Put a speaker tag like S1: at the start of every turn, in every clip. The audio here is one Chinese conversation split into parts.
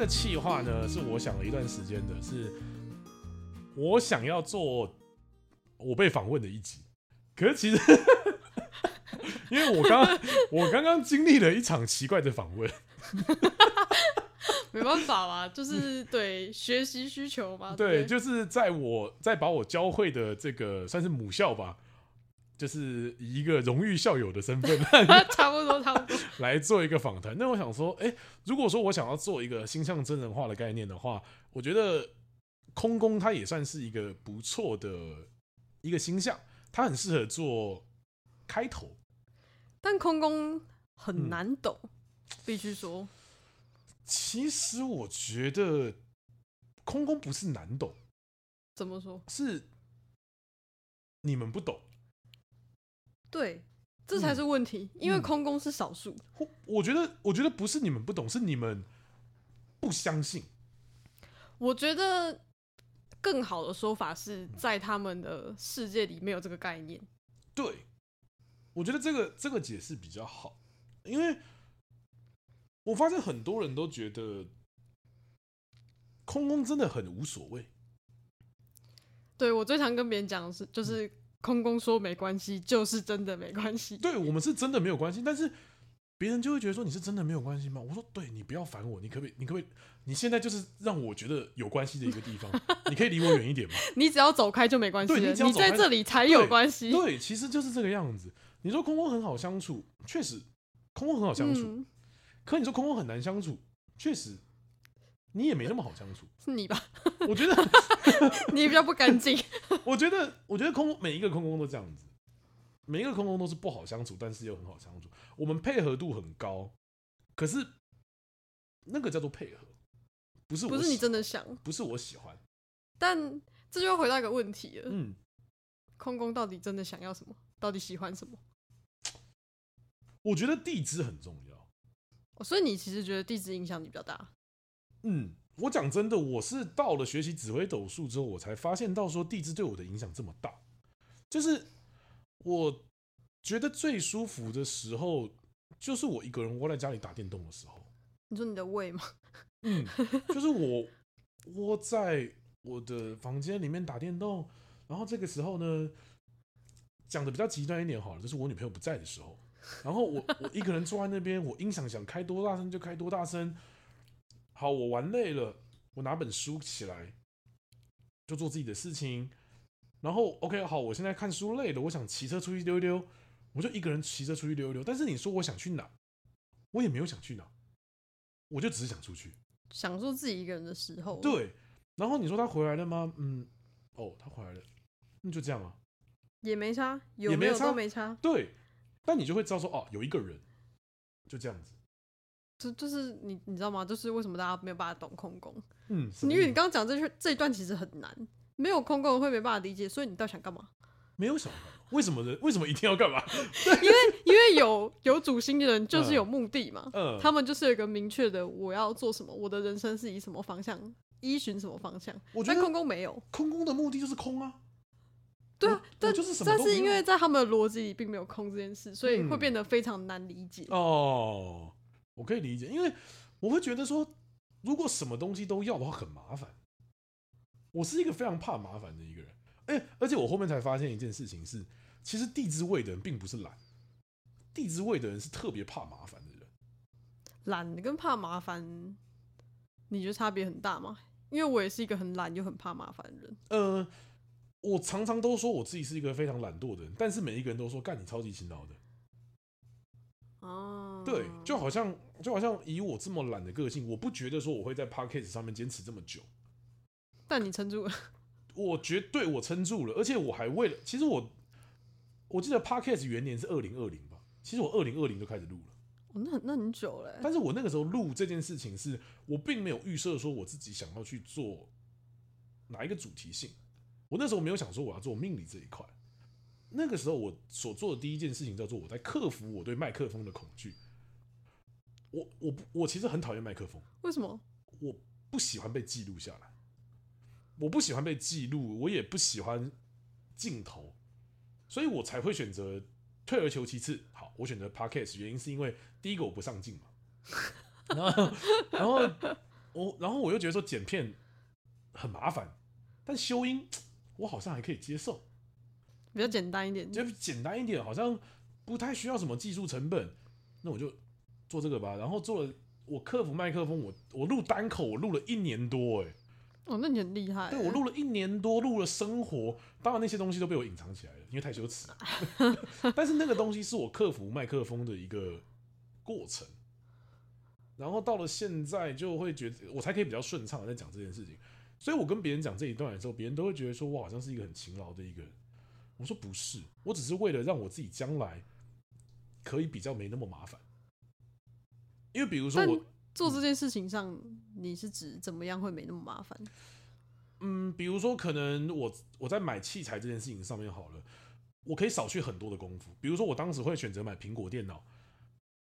S1: 呃企划呢，是我想了一段时间的，是我想要做我被访问的一集。可是其实，因为我刚我刚刚经历了一场奇怪的访问，
S2: 没办法啦，就是 对学习需求嘛。
S1: 对，
S2: 哦对，
S1: 就是在我在把我教会的这个算是母校吧，就是以一个荣誉校友的身份
S2: 差不多差不多。
S1: 来做一个访谈。那我想说，哎、如果说我想要做一个星象真人化的概念的话，我觉得空宫它也算是一个不错的一个星象，它很适合做开头。
S2: 但空宫
S1: 嗯
S2: 很难懂，必须说，
S1: 其实我觉得空宫不是难懂，
S2: 怎么说？
S1: 是你们不懂。
S2: 对，这才是问题，因为
S1: 嗯
S2: 空宫是少数。
S1: 我我觉得，我觉得不是你们不懂，是你们不相信。
S2: 我觉得更好的说法是在他们的世界里没有这个概念。
S1: 对，我觉得这个这个解释比较好，因为我发现很多人都觉得空空真的很无所谓。
S2: 对我最常跟别人讲的
S1: 嗯
S2: 是，就是空宫说没关系，就是真的没关系。
S1: 对我们是真的没有关系，但是别人就会觉得说你是真的没有关系吗？我说对，你不要烦我，你可不可以？你可不可以？你现在就是让我觉得有关系的一个地方，你可以离我远一点吗？
S2: 你只要走开就没关系
S1: 对
S2: 了，
S1: 你只要
S2: 你
S1: 走开
S2: 在这里才有关系。
S1: 对，其实就是这个样子。你说空空很好相处，确实，空空很好相处。
S2: 嗯，
S1: 可你说空空很难相处，确实，你也没那么好相处。
S2: 是你吧？
S1: 我觉得
S2: 你比较不 干净。
S1: 我觉得，我觉得空每一个空空都这样子，每一个空空都是不好相处，但是又很好相处。我们配合度很高，可是那个叫做配合，不是我
S2: 不是你
S1: 喜
S2: 真的想，
S1: 不是我喜欢。
S2: 但这就要回到一个问题了：
S1: 嗯，
S2: 空宫到底真的想要什么？到底喜欢什么？
S1: 我觉得地支很重要。
S2: 哦所以你其实觉得地质影响你比较大，
S1: 嗯，我讲真的，我是到了学习紫微斗数之后，我才发现到说地支对我的影响这么大。就是我觉得最舒服的时候，就是我一个人窝在家里打电动的时候。
S2: 你说你的胃吗？
S1: 嗯，就是我窝在我的房间里面打电动，然后这个时候呢，讲的比较极端一点好了，就是我女朋友不在的时候，然后我我一个人坐在那边，我音响想开多大声就开多大声。好，我玩累了，我拿本书起来，就做自己的事情。然后 OK，好，我现在看书累了，我想骑车出去溜一溜，我就一个人骑车出去溜一溜。但是你说我想去哪，我也没有想去哪，我就只是想出去。
S2: 享受自己一个人的时候，，
S1: 对，然后你说他回来了吗？嗯，哦，他回来了，那就这样啊。
S2: 也没差，有
S1: 也没
S2: 没有
S1: 差啊
S2: 都没差，
S1: 对，但你就会知道说，哦，有一个人，就这样子。
S2: 就就是你你知道吗？就是为什么大家没有办法懂空宫？
S1: 嗯，什么
S2: 因为
S1: 意
S2: 你
S1: 思
S2: 刚刚讲这句这一段其实很难，没有空宫会没办法理解，所以你到底想干嘛？
S1: 没有想干嘛为什么人为什么一定要干嘛？
S2: 因为有有主心的人就是
S1: 嗯
S2: 有目的嘛，
S1: 嗯，
S2: 他们就是有一个明确的我要做什么，我的人生是以什么方向，依循什么方向。
S1: 我觉
S2: 但
S1: 得
S2: 空宫没有，
S1: 空空的目的就是空啊。
S2: 对
S1: 我
S2: 啊，但
S1: 我哦就是什么
S2: 但
S1: 都不
S2: 是因
S1: 用
S2: 为在他们的逻辑里并没有空这件事，所以会
S1: 嗯
S2: 变得非常难理解。
S1: 哦，我可以理解，因为我会觉得说，如果什么东西都要的话，很麻烦。我是一个非常怕麻烦的一个人，哎、而且我后面才发现一件事情是，其实地支位的人并不是懒，地支位的人是特别怕麻烦的人。
S2: 懒、跟怕麻烦，你觉得差别很大吗？因为我也是一个很懒又很怕麻烦的人，
S1: 呃，我常常都说我自己是一个非常懒惰的人，但是每一个人都说干你超级勤劳的。
S2: 哦、
S1: 对，就好像就好像以我这么懒的个性，我不觉得说我会在 p a c k a g e 上面坚持这么久。
S2: 但你撑住了，
S1: 我绝对我撑住了，而且我还为了，其实我我记得 podcast 元年是二零二零吧，其实我二零二零就开始录了，
S2: 哦、那很那很久了欸。
S1: 但是我那个时候录这件事情是我并没有预设说我自己想要去做哪一个主题性，我那时候没有想说我要做命理这一块，那个时候我所做的第一件事情叫做我在克服我对麦克风的恐惧，我我不我其实很讨厌麦克风。
S2: 为什么？
S1: 我不喜欢被记录下来，我不喜欢被记录，我也不喜欢镜头，所以我才会选择退而求其次。好，我 选择 podcast，原因是因为第一个我不上镜嘛，然后然后我然后我又觉得说剪片很麻烦，但修音我好像还可以接受，
S2: 比较简单一点。
S1: 就简单一点，好像不太需要什么技术成本，那我就做这个吧。然后做了，我克服麦克风，我我录单口，我录了一年多、欸，
S2: 哦，那你很厉害。
S1: 对我，录了一年多，录了生活，当然那些东西都被我隐藏起来了，因为太羞耻了。但是那个东西是我克服麦克风的一个过程，然后到了现在就会觉得我才可以比较顺畅的在讲这件事情。所以我跟别人讲这一段的时候，别人都会觉得说我好像是一个很勤劳的一个人。我说不是，我只是为了让我自己将来可以比较没那么麻烦。因为比如说
S2: 但
S1: 我，
S2: 做这件事情上，你是指怎么样会没那么麻烦？
S1: 嗯，比如说，可能我我在买器材这件事情上面好了，我可以少去很多的功夫。比如说，我当时会选择买苹果电脑，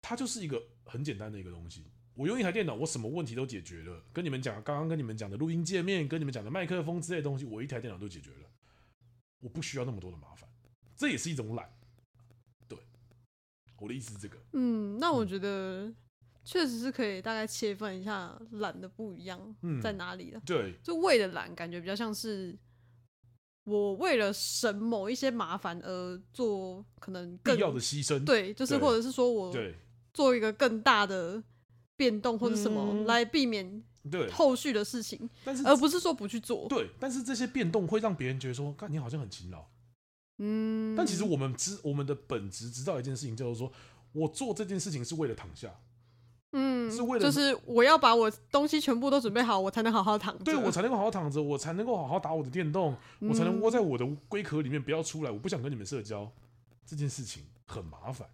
S1: 它就是一个很简单的一个东西。我用一台电脑，我什么问题都解决了。跟你们讲，刚刚跟你们讲的录音界面，跟你们讲的麦克风之类的东西，我一台电脑都解决了。我不需要那么多的麻烦，这也是一种懒。对，我的意思是这个。
S2: 嗯，那我觉得确实是可以大概切分一下懒的不一样
S1: 嗯
S2: 在哪里了。
S1: 对，
S2: 就为了懒，感觉比较像是我为了省某一些麻烦而做，可能更
S1: 必要的牺牲。
S2: 对，就是
S1: 对
S2: 或者是说我
S1: 对
S2: 做一个更大的变动或者什么、
S1: 嗯
S2: 来避免
S1: 对，
S2: 后续的事情，
S1: 但是
S2: 而不是说不去做。
S1: 对，但是这些变动会让别人觉得说，干你好像很勤劳。
S2: 嗯，
S1: 但其实我们知我们的本质知道一件事情，就是说我做这件事情是为了躺下，
S2: 嗯
S1: 是为了
S2: 就是我要把我东西全部都准备好，我才能好好躺着。
S1: 对我才能够好好躺着，我才能够好好打我的电动，我
S2: 嗯
S1: 才能窝在我的龟壳里面不要出来，我不想跟你们社交，这件事情很麻烦。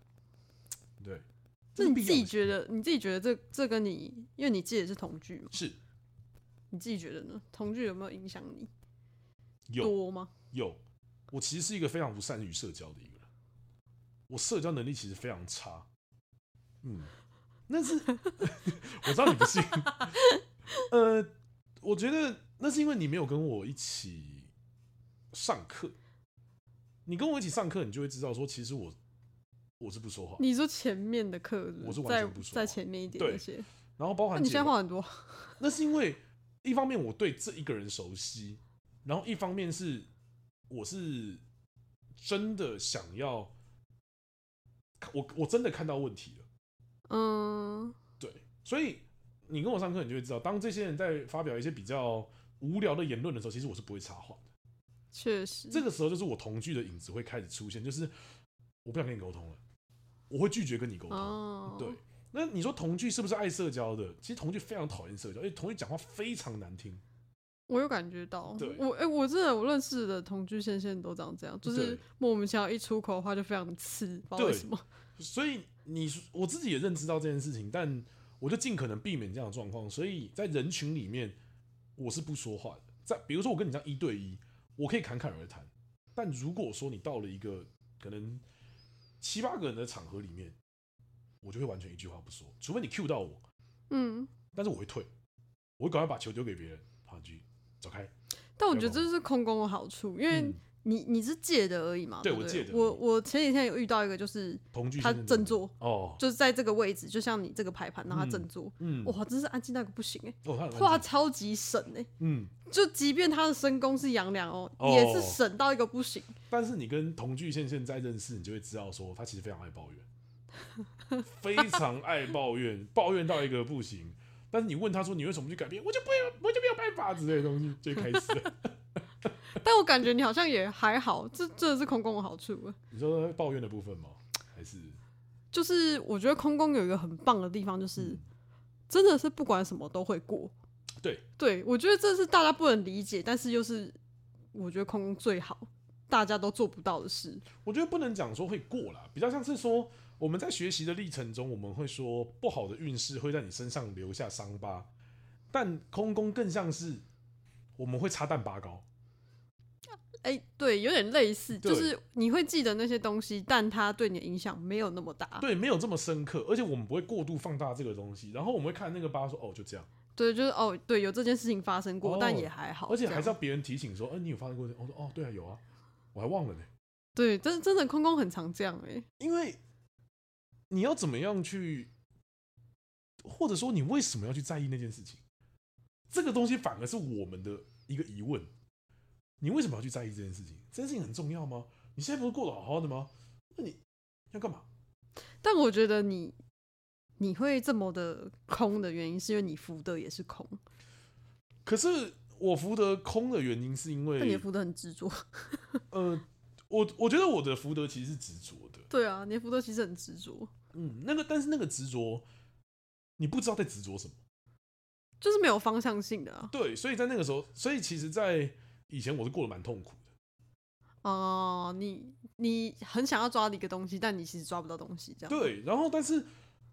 S1: 对，这
S2: 那
S1: 是
S2: 你
S1: 必
S2: 自
S1: 要
S2: 己
S1: 的
S2: 觉得，你自己觉得这这跟你，因为你自己也是同居嘛，
S1: 是
S2: 你自己觉得呢？同居有没有影响你
S1: 有
S2: 多吗？
S1: 有，我其实是一个非常不善于社交的一个人，我社交能力其实非常差。嗯，那是 我知道你不信。 呃，我觉得那是因为你没有跟我一起上课。你跟我一起上课，你就会知道说，其实我我是不说话，
S2: 你说前面的课是
S1: 我
S2: 不
S1: 是
S2: 是
S1: 完
S2: 在
S1: 全不说
S2: 在
S1: 话
S2: 前面一点
S1: 对
S2: 那些，
S1: 然后包
S2: 那
S1: 含
S2: 你现在
S1: 结
S2: 话很多，
S1: 那是因为一方面我对这一个人熟悉，然后一方面是我是真的想要，我我真的看到问题了，
S2: 嗯，
S1: 对，所以你跟我上课，你就会知道，当这些人在发表一些比较无聊的言论的时候，其实我是不会插话的。
S2: 确实，
S1: 这个时候就是我同居的影子会开始出现，就是我不想跟你沟通了，我会拒绝跟你沟通。
S2: 哦，
S1: 对，，那你说同居是不是爱社交的？其实同居非常讨厌社交，而且同居讲话非常难听。
S2: 我有感觉到
S1: 对，
S2: 我哎、我真的我认识的同居先生都长这样，就
S1: 对
S2: 是莫名其妙一出口的话就非常刺，不知道为
S1: 对
S2: 什么，
S1: 所以你说我自己也认知到这件事情，但我就尽可能避免这样的状况。所以在人群里面，我是不说话的。在比如说我跟你这样一对一，我可以侃侃而谈，但如果说你到了一个可能七八个人的场合里面，我就会完全一句话不说，除非你 cue 到我，
S2: 嗯，
S1: 但是我会退，我会赶快把球丢给别人，好，你去走开。
S2: 但我
S1: 不要
S2: 觉得
S1: 管
S2: 这是空宫的好处，因为
S1: 嗯、
S2: 你你是借的而已嘛，
S1: 对
S2: 不
S1: 我
S2: 对
S1: 借的而已
S2: 我我前几天有遇到一个，就是
S1: 同居
S2: 他
S1: 先生
S2: 振作，
S1: 哦，
S2: 就是在这个位置，就像你这个排盘，让他振作，
S1: 嗯，哦，
S2: 哇，真是安静到一个不行哎、
S1: 他很安静
S2: 话，超级省哎、
S1: 嗯，
S2: 就即便他的身宫是杨良哦，
S1: 哦
S2: 也是省到一个不行。
S1: 但是你跟同居线现在认识，你就会知道说他其实非常爱抱怨，非常爱抱怨， 抱怨到一个不行。但是你问他说你为什么不去改变，我就不有，我就没有办法之类的东西，就开始了
S2: 但我感觉你好像也还好，这这是空宫的好处啊。
S1: 你说他抱怨的部分吗？还是
S2: 就是我觉得空宫有一个很棒的地方，就是
S1: 嗯
S2: 真的是不管什么都会过。
S1: 对，
S2: 对我觉得这是大家不能理解，但是又是我觉得空宫最好，大家都做不到的事。
S1: 我觉得不能讲说会过啦，比较像是说我们在学习的历程中，我们会说不好的运势会在你身上留下伤疤，但空宫更像是我们会擦蛋拔膏。
S2: 哎、对，有点类似，
S1: 对
S2: 就是你会记得那些东西，但它对你的影响没有那么大。
S1: 对，没有这么深刻，而且我们不会过度放大这个东西，然后我们会看那个疤说哦就这样，
S2: 对，就是哦，对，有这件事情发生过，
S1: 哦
S2: 但也还好，
S1: 而且
S2: 这
S1: 还
S2: 样
S1: 是要别人提醒说，嗯、你有发生过这？我、说哦对啊有啊，我还忘了呢，
S2: 对，真真的空空很常这样哎、
S1: 因为你要怎么样去，或者说你为什么要去在意那件事情？这个东西反而是我们的一个疑问：你为什么要去在意这件事情？这件事情很重要吗？你现在不是过得好好的吗？那你要干嘛？
S2: 但我觉得你你会这么的空的原因，是因为你服的也是空，
S1: 可是我服得空的原因是因
S2: 但你
S1: 为，
S2: 服的很执着。
S1: 呃，我我觉得我的福德其实是执着的，
S2: 对啊，你的服的其实很执着，
S1: 嗯，那个但是那个执着，你不知道在执着什么，
S2: 就是没有方向性的啊。
S1: 对，所以在那个时候，所以其实，在以前我是过得蛮痛苦的，
S2: 哦、你你很想要抓的一个东西，但你其实抓不到东西，这样。
S1: 对，然后但是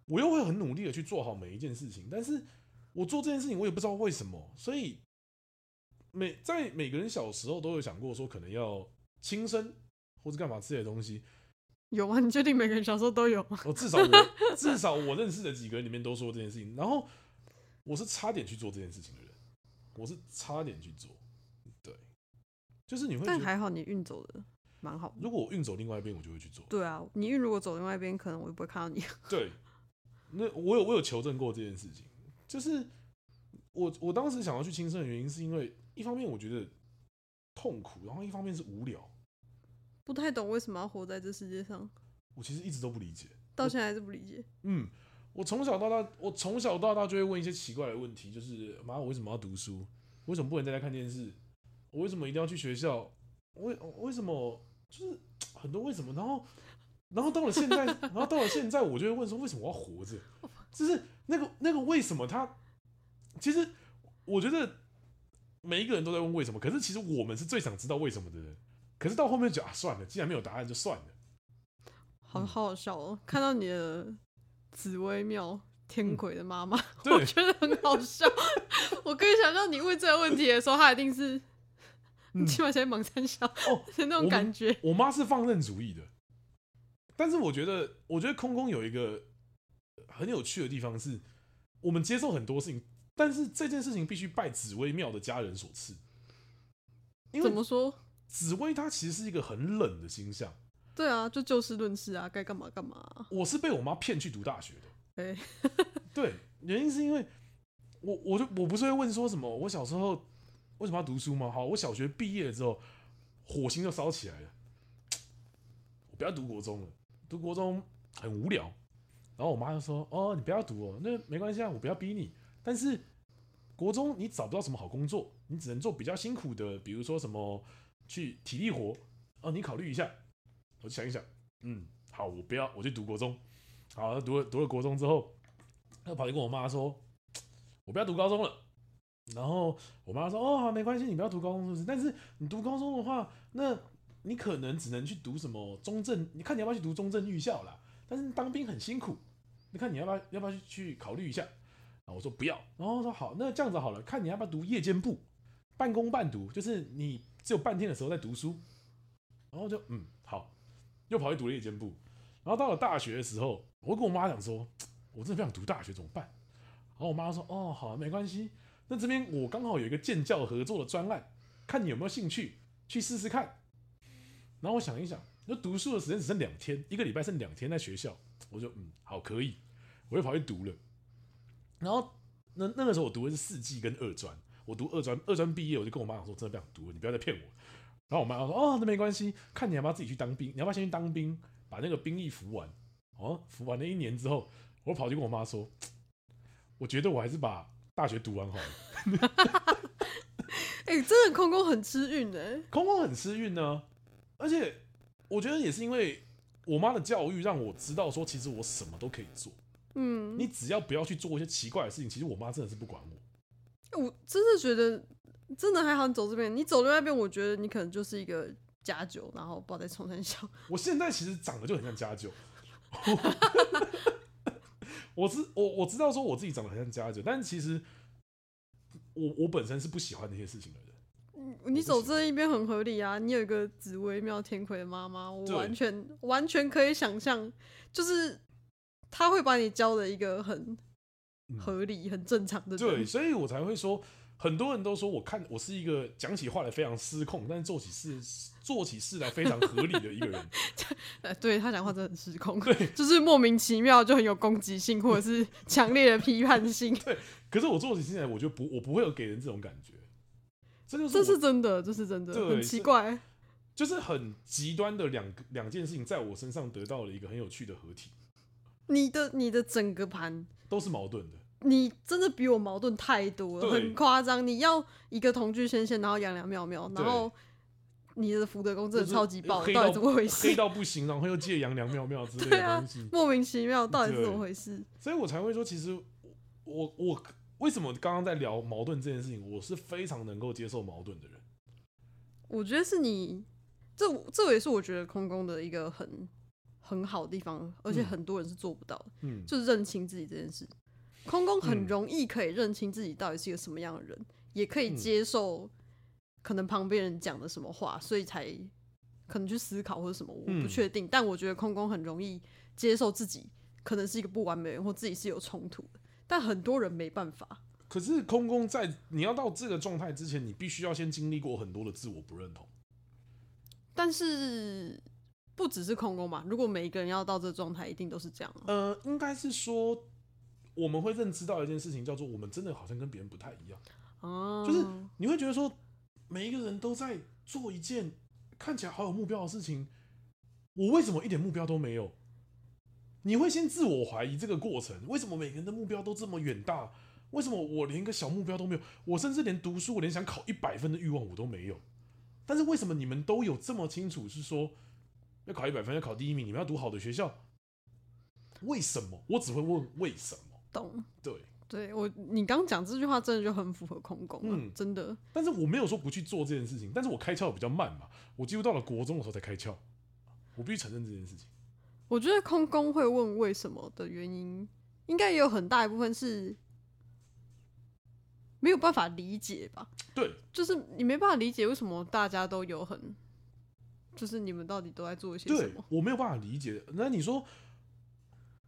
S1: 我又会很努力的去做好每一件事情，但是我做这件事情我也不知道为什么，所以每在每个人小时候都有想过说可能要轻生或是干嘛之类的东西，
S2: 有啊吗？你确定每个人小时候都有吗？
S1: 哦，至少我至少我认识的几个人里面都说这件事情，然后我是差点去做这件事情的人，我是差点去做，对，就是你会觉
S2: 但
S1: 得，
S2: 还好你运走的蛮好的。
S1: 如果我运走另外一边，我就会去做，
S2: 对啊，你运如果走另外一边，可能我就不会看到你。
S1: 对，那我有我有求证过这件事情，就是我我当时想要去轻生的原因，是因为一方面我觉得痛苦，然后一方面是无聊，
S2: 不太懂为什么要活在这世界上，
S1: 我其实一直都不理解，
S2: 到现在还是不理解。
S1: 嗯，我从小到大，我从小到大就会问一些奇怪的问题，就是妈，我为什么要读书？我为什么不能在家看电视？我为什么一定要去学校？我为我为什么就是很多为什么？然后，然后到了现在，然后到了现在，我就会问说，为什么我要活着？就是那个那个为什么他？其实我觉得每一个人都在问为什么，可是其实我们是最想知道为什么的人。可是到后面就啊，算了，既然没有答案就算了。
S2: 好
S1: 嗯
S2: 好好笑哦！看到你的紫薇庙天鬼的妈妈，
S1: 嗯对
S2: 我觉得很好笑。我可以想象你问这个问题的时候，她一定是
S1: 嗯
S2: 你起码先忙三小
S1: 哦，
S2: 是那种感觉。
S1: 我妈是放任主义的，但是我觉得，我觉得空空有一个很有趣的地方是，我们接受很多事情，但是这件事情必须拜紫薇庙的家人所赐，因
S2: 怎么
S1: 为
S2: 说？
S1: 紫薇她其实是一个很冷的形象。
S2: 对啊，就就事论事啊，该干嘛干嘛啊、
S1: 我是被我妈骗去读大学的，
S2: 哎、
S1: 对，原因是因为我我就我不是会问说什么，我小时候为什么要读书吗？好，我小学毕业了之后，火星就烧起来了，我不要读国中了，读国中很无聊。然后我妈就说：“哦，你不要读哦，那没关系啊，我不要逼你。但是国中你找不到什么好工作，你只能做比较辛苦的，比如说什么去体力活哦，你考虑一下。”我想一想，嗯，好，我不要，我去读国中。好，读了读了国中之后，他跑去跟我妈说：“我不要读高中了。”然后我妈说：“哦，好，没关系，你不要读高中是不是？但是你读高中的话，那你可能只能去读什么中正，你看你要不要去读中正预校啦？但是当兵很辛苦，你看你要不要要不要去去考虑一下？”啊，我说不要，然后说好，那这样子好了，看你要不要读夜间部，半工半读，就是嗯你只有半天的时候在读书。然后就嗯好，又跑去读了夜间部。然后到了大学的时候，我跟我妈讲说，我真的不想读大学，怎么办？然后我妈说，哦，好，没关系。那这边我刚好有一个建教合作的专案，看你有没有兴趣去试试看。然后我想一想，那读书的时间只剩两天，一个礼拜剩两天在学校，我就嗯，好，可以，我就跑去读了。然后那那个时候我读的是四技跟二专，我读二专，二专毕业我就跟我妈讲说，真的不想读了，你不要再骗我。然后我妈说，哦，那没关系，看你要不要自己去当兵，你要不要先去当兵，把那个兵役服完。哦，服完了一年之后，我跑去跟我妈说，我觉得我还是把大学读完好了。
S2: 哎、真的空空很吃运哎、
S1: 空空很吃运呢，而且我觉得也是因为我妈的教育让我知道说，其实我什么都可以做，
S2: 嗯，
S1: 你只要不要去做一些奇怪的事情，其实我妈真的是不管我。
S2: 我真的觉得真的还好，你走这边，你走另外一边，我觉得你可能就是一个假酒，然后抱在冲山笑。
S1: 我现在其实长得就很像家酒，我知我我知道说我自己长得很像家酒，但其实我我本身是不喜欢那些事情的人。
S2: 你走这一边很合理啊，你有一个紫薇庙天魁的妈妈，我
S1: 对
S2: 完全完全可以想象，就是她会把你教的一个很
S1: 嗯
S2: 合理、很正常的人
S1: 对，所以我才会说，很多人都说我看我是一个讲起话来非常失控，但是做起事做起事来非常合理的一 个人。
S2: 呃，对他讲话真的很失控，
S1: 对
S2: 就是莫名其妙就很有攻击性，或者 是强烈的批判性，
S1: 可是我做起事来，我就不我不会有给人这种感觉， 这就是
S2: 这
S1: 我
S2: 是真的，这是真的，
S1: 对
S2: 很奇怪。
S1: 就是很极端的两个两件事情，在我身上得到了一个很有趣的合体，
S2: 你的你的整个盘，
S1: 都是矛盾的。
S2: 你真的比我矛盾太多了，
S1: 对
S2: 很夸张。你要一个同居先生，然后养两妙妙，
S1: 对
S2: 然后你的福德宫
S1: 就
S2: 真的
S1: 是
S2: 超级爆，
S1: 黑
S2: 到
S1: 到
S2: 底怎么回事
S1: 黑？到不行，然后又借羊两妙妙之类
S2: 对
S1: 的
S2: 啊
S1: 东西，
S2: 莫名其妙，到底是
S1: 对
S2: 怎么回事？
S1: 所以我才会说，其实我我我为什么刚刚在聊矛盾这件事情，我是非常能够接受矛盾的人。
S2: 我觉得是你，这这也是我觉得空宫的一个很很好的地方，而且
S1: 嗯
S2: 很多人是做不到的。
S1: 嗯，
S2: 就是认清自己这件事。空宫很
S1: 嗯
S2: 容易可以认清自己到底是一个什么样的人，也可以
S1: 嗯
S2: 接受可能旁边人讲的什么话，所以才可能去思考或者什么，我不
S1: 嗯
S2: 确定。但我觉得空宫很容易接受自己可能是一个不完美的人，或自己是有冲突的。但很多人没办法，
S1: 可是空空在你要到这个状态之前，你必须要先经历过很多的自我不认同。
S2: 但是不只是空宫嘛，如果每一个人要到这状态，一定都是这样啊、
S1: 呃，应该是说我们会认知到一件事情，叫做我们真的好像跟别人不太一样。
S2: 哦，
S1: 就是你会觉得说，每一个人都在做一件看起来好有目标的事情，我为什么一点目标都没有？你会先自我怀疑这个过程，为什么每个人的目标都这么远大？为什么我连一个小目标都没有？我甚至连读书，我连想考一百分的欲望我都没有。但是为什么你们都有这么清楚？是说要考一百分，要考第一名，你们要读好的学校？为什么？我只会问为什么。
S2: 懂。
S1: 对，
S2: 对我，你刚讲这句话真的就很符合空宫、啊，
S1: 嗯
S2: 真的。
S1: 但是我没有说不去做这件事情，但是我开窍比较慢嘛，我几乎到了国中的时候才开窍，我必须承认这件事情。
S2: 我觉得空宫会问为什么的原因，应该也有很大一部分是没有办法理解吧，
S1: 对，
S2: 就是你没办法理解为什么大家都有很，就是你们到底都在做一些什
S1: 对
S2: 么？
S1: 我没有办法理解。那你说，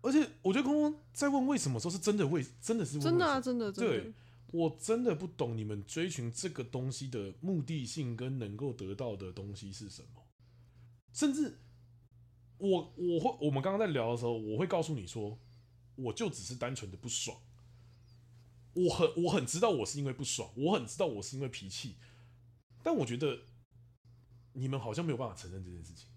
S1: 而且我觉得公公在问为什么的时候是真的为，真的是问
S2: 真的
S1: 为
S2: 啊，
S1: 什么，
S2: 真的，真
S1: 对
S2: 的，
S1: 我真的不懂你们追寻这个东西的目的性跟能够得到的东西是什么，甚至我我会我们刚刚在聊的时候，我会告诉你说，我就只是单纯的不爽。我很我很知道我是因为不爽，我很知道我是因为脾气，但我觉得你们好像没有办法承认这件事情。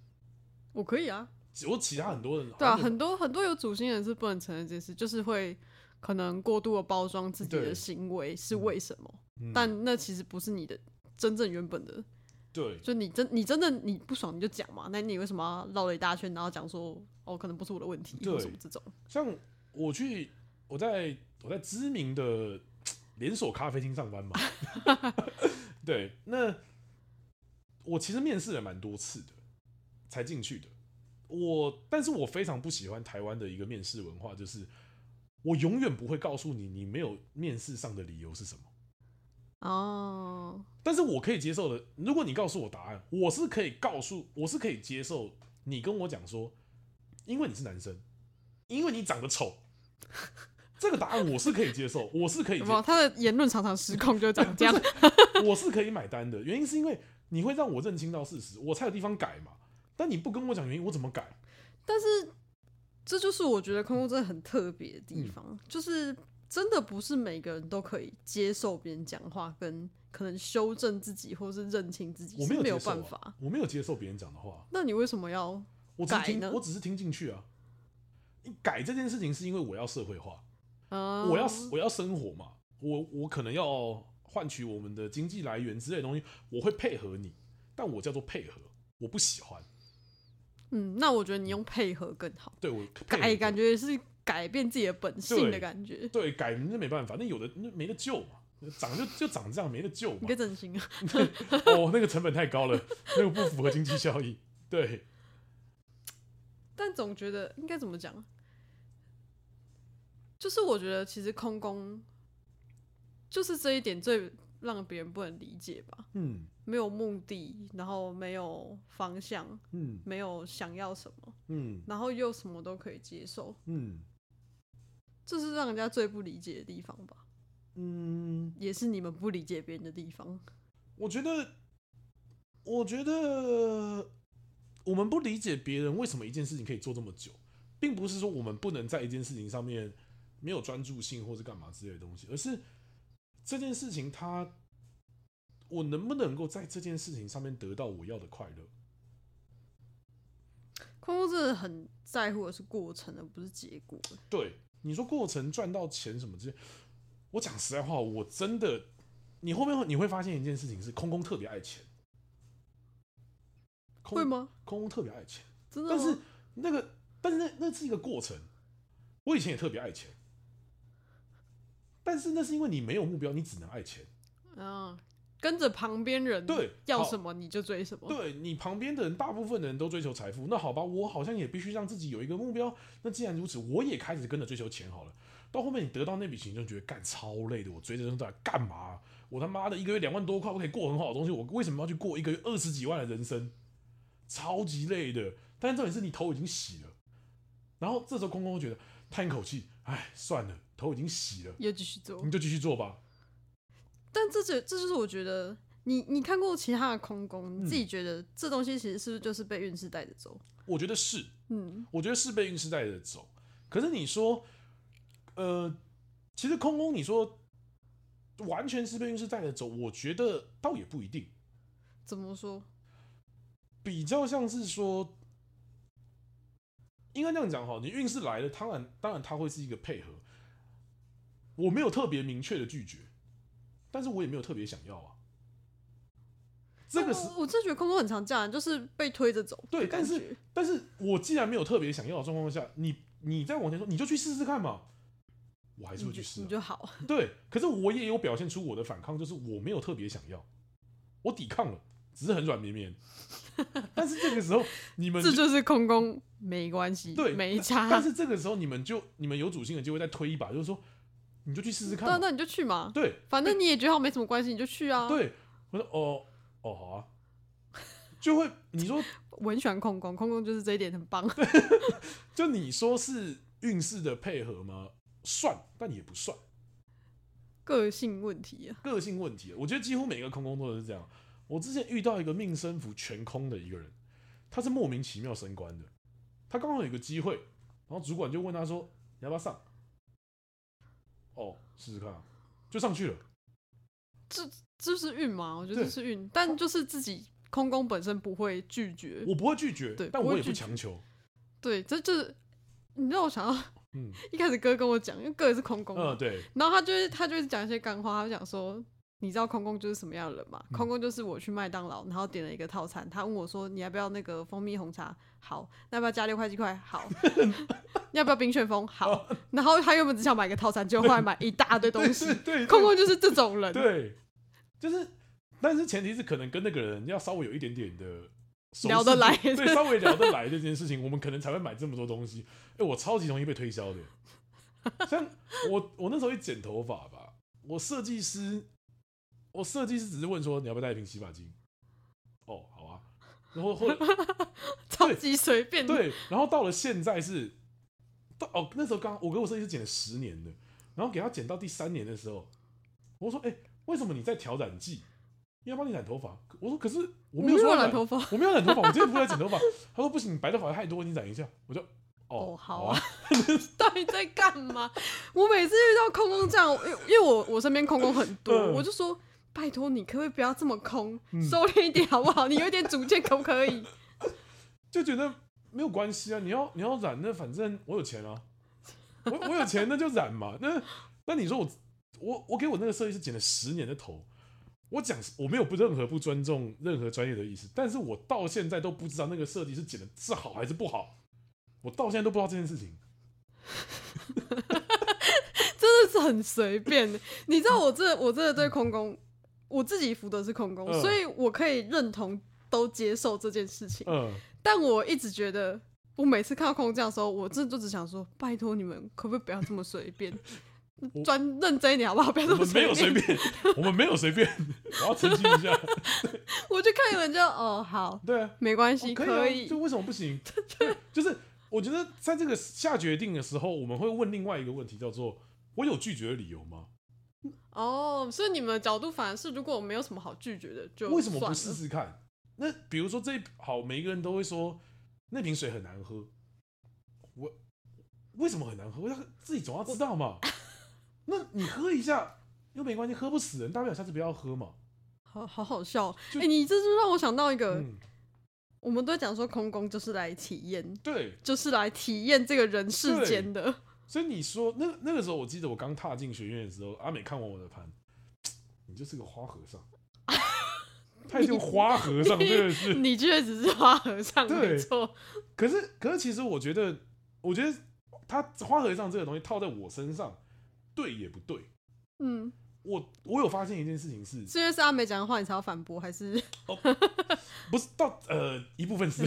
S2: 我可以啊，
S1: 我其他很多人好
S2: 对
S1: 像
S2: 啊，
S1: 没有
S2: 很多很多有主心人是不能承认这件事，就是会可能过度的包装自己的
S1: 对
S2: 行为是为什么，
S1: 嗯
S2: 但那其实不是你的真正原本的
S1: 对
S2: 就你真你真的你不爽你就讲嘛，那你为什么要绕了一大圈，然后讲说哦可能不是我的问题，
S1: 对
S2: 或什么这种？
S1: 像我去，我在我在知名的连锁咖啡厅上班嘛， 对，那我其实面试了蛮多次的，才进去的。我，但是我非常不喜欢台湾的一个面试文化，就是我永远不会告诉你你没有面试上的理由是什么。
S2: 哦，
S1: 但是我可以接受的，如果你告诉我答案，我是可以告诉，我是可以接受你跟我讲说，因为你是男生，因为你长得 丑，这个答案我是可以接受，我是可以
S2: 有
S1: 接
S2: 没有他的言论常常失控，就长 这样。
S1: 我是可以买单的。原因是因为你会让我认清到事实，我才有地方改嘛。但你不跟我讲原因，我怎么改？
S2: 但是这就是我觉得空空真的很特别的地
S1: 嗯
S2: 方，就是真的不是每个人都可以接受别人讲话，跟可能修正自己或是认清自己，
S1: 我
S2: 是没
S1: 有接
S2: 有
S1: 受、
S2: 办
S1: 啊
S2: 法。，
S1: 我没有接受别人讲的话，
S2: 那你为什么要？
S1: 我只是
S2: 改呢
S1: 听，我只是听进去啊。你改这件事情是因为我要社会化，
S2: 啊？
S1: 我要我要生活嘛，我我可能要换取我们的经济来源之类的东西，我会配合你，但我叫做配合，我不喜欢。
S2: 嗯，那我觉得你用配合更好，
S1: 对我配合
S2: 改感觉是改变自己的本性的
S1: 对
S2: 感觉。
S1: 对改那没办法，那有的那没得救嘛，长就就长这样没得救
S2: 你
S1: 嘛
S2: 可以。整形啊。
S1: 哦，那个成本太高了，那个不符合经济效益。对，
S2: 但总觉得应该怎么讲，啊就是我觉得其实空宫就是这一点最让别人不能理解吧，
S1: 嗯
S2: 没有目的，然后没有方向，
S1: 嗯
S2: 没有想要什么，
S1: 嗯
S2: 然后又什么都可以接受，
S1: 嗯，
S2: 这是让人家最不理解的地方吧。
S1: 嗯，
S2: 也是你们不理解别人的地方。
S1: 我觉得，我觉得我们不理解别人为什么一件事情可以做这么久，并不是说我们不能在一件事情上面没有专注性或是干嘛之类的东西，而是这件事情它，我能不能够在这件事情上面得到我要的快乐？
S2: 空空真的很在乎的是过程，而不是结果。
S1: 对，你说过程赚到钱什么之类，我讲实在话，我真的，你后面会你会发现一件事情是，空空特别爱钱，空
S2: 会吗？
S1: 空空特别爱钱，
S2: 真的
S1: 但
S2: 吗？
S1: 是那个，但是那那是一个过程。我以前也特别爱钱，但是那是因为你没有目标，你只能爱钱。
S2: 啊，跟着旁边人
S1: 对
S2: 要
S1: 好
S2: 什么你就追什么。
S1: 对你旁边的人，大部分的人都追求财富，那好吧，我好像也必须让自己有一个目标。那既然如此，我也开始跟着追求钱好了。到后面你得到那笔钱，你就觉得干超累的，我追这东西到底干嘛？我他妈的一个月两万多块，我可以过很好的东西，我为什么要去过一个月二十几万的人生？超级累的。但是重点是你头已经洗了，然后这时候空空会觉得叹一口气，哎，算了，头已经洗了，
S2: 又继续做
S1: 你。就继续做吧。
S2: 但这就这就是我觉得，你你看过其他的空宫，
S1: 嗯
S2: 你自己觉得这东西其实是不是就是被运势带着走？
S1: 我觉得是，
S2: 嗯，
S1: 我觉得是被运势带着走。可是你说，呃，其实空空，你说完全是被运势带着走，我觉得倒也不一定，
S2: 怎么说？
S1: 比较像是说，应该这样讲哈，你运势来了，当然当然它会是一个配合。我没有特别明确的拒绝，但是我也没有特别想要啊。这个
S2: 但
S1: 是
S2: 我我真的觉得空宫很常这样，就是被推着走。
S1: 对但是哎但是我既然没有特别想要的状况下，你你再往前说，你就去试试看嘛。我还是
S2: 你
S1: 会去
S2: 就
S1: 试、啊
S2: 你就好，
S1: 对，可是我也有表现出我的反抗，就是我没有特别想要，我抵抗了，只是很软绵 绵。但是这个时候你们
S2: 这就是空宫，没关系，
S1: 对
S2: 没
S1: 但
S2: 差。
S1: 是这个时候你们就你们有主心的就会再推一把，就是说你就去试试
S2: 那
S1: 看嘛。
S2: 啊那你就去嘛，
S1: 对
S2: 反正你也觉得好像没什么关系，你就去啊。，
S1: 对，我说哦哦好啊，就会你说
S2: 我很喜欢空宫，空宫就是这一点很棒。
S1: 就你说是运势的配合吗？算，但也不算。
S2: 个性问题啊，
S1: 个性问题。我觉得几乎每个空空都是这样。我之前遇到一个命身符全空的一个人，他是莫名其妙升官的，他刚好有个机会，然后主管就问他说：“你要不要上？”哦，试试看、啊，就上去了。
S2: 这是运嘛？我觉
S1: 对
S2: 得这是运，但就是自己空宫本身不会拒绝。
S1: 我不会拒绝
S2: 对，
S1: 但
S2: 不会
S1: 我也不
S2: 拒绝
S1: 强求。
S2: 对，这就是你让我想到
S1: 嗯，
S2: 一开始哥跟我讲，因为哥也是空宫嘛，
S1: 呃，对，
S2: 然后他就会他就会讲一些干话，他就讲说。你知道空宫就是什么样的人吗？
S1: 嗯
S2: 空宫就是我去麦当劳，然后点了一个套餐，他问我说：“你要不要那个蜂蜜红茶？好，那要不要加六块鸡块？ 好，你要不要冰旋风？好。”
S1: 哦
S2: 然后他原本只想买个套餐，结果后来买一大堆东西。
S1: 对对对
S2: 空宫就是这种人，
S1: 对，就是，但是前提是可能跟那个人要稍微有一点点的熟
S2: 聊
S1: 识
S2: 得
S1: 度
S2: 来
S1: 对，稍微聊得来这件事情，我们可能才会买这么多东西。哎、我超级容易被推销的，像我我那时候一剪头发吧，我设计师，我设计师只是问说你要不要带一瓶洗发精，哦，好啊，然后或者
S2: 超级随便。
S1: 对，然后到了现在是，到哦那时候刚我跟我设计师剪了十年的，然后给他剪到第三年的时候，我说：“哎、为什么你在调染剂？因为要帮你染头发。”我说：“可是我
S2: 我
S1: 没有
S2: 没
S1: 说
S2: 有
S1: 要
S2: 染头发，
S1: 我没有染头发，我今天不是来剪头发。”他说：“不行，你白头发太多，你染一下。”我就哦
S2: 哦好
S1: 啊
S2: 啊， 到底在干嘛？我每次遇到空空这样，因为因为我我身边空空很多，
S1: 嗯
S2: 我就说拜托你可不可以不要这么空，
S1: 嗯
S2: 收敛一点好不好？你有一点主见可不可以？
S1: 就觉得没有关系啊。你要你要染，那反正我有钱啊，我我有钱那就染嘛。那那你说我我我给我那个设计师剪了十年的头，我讲我没有不任何不尊重任何专业的意思，但是我到现在都不知道那个设计师剪的是好还是不好，我到现在都不知道这件事情。
S2: 真的是很随便的。欸你知道我这我真的对空空，我自己服的是空空，
S1: 嗯
S2: 所以我可以认同都接受这件事情。
S1: 嗯，
S2: 但我一直觉得，我每次看到空空这样的时候，我真的就只想说，拜托你们可不可以不要这么随便
S1: 我，
S2: 专认真一点好不好？不要这
S1: 我
S2: 么
S1: 们没有随便，我们没有随便，我要澄清一下。
S2: 我就看有人就哦好，
S1: 对啊，
S2: 没关系，
S1: 哦可啊就为什么不 行？对，就是我觉得在这个下决定的时候，我们会问另外一个问题，叫做“我有拒绝的理由吗？”
S2: 哦，所以你们的角度反而是，如果我没有什么好拒绝的，就
S1: 为什么不
S2: 算了
S1: 试试看？那比如说这一好，每一个人都会说那瓶水很难喝，我为什么很难喝？要自己总要知道 嘛。那你喝一下又没关系，喝不死人，大不了下次不要喝嘛。
S2: 好好好笑。
S1: 就
S2: 哎、你这就让我想到一个，
S1: 嗯，
S2: 我们都在讲说空宫就是来体验，
S1: 对。
S2: 就是来体验这个人世间 的。
S1: 所以你说那那个时候，我记得我刚踏进学院的时候，阿美看完我的盘，你就是个花和 尚，他已经花和尚真的是。
S2: 你确实是花和尚，
S1: 对
S2: 没错。
S1: 可是可是，其实我觉得，我觉得他花和尚这个东西套在我身上，对也不对。
S2: 嗯，
S1: 我我有发现一件事情是，
S2: 是因为是阿美讲的话，你才要反驳，还是
S1: 不是到呃一部分 是，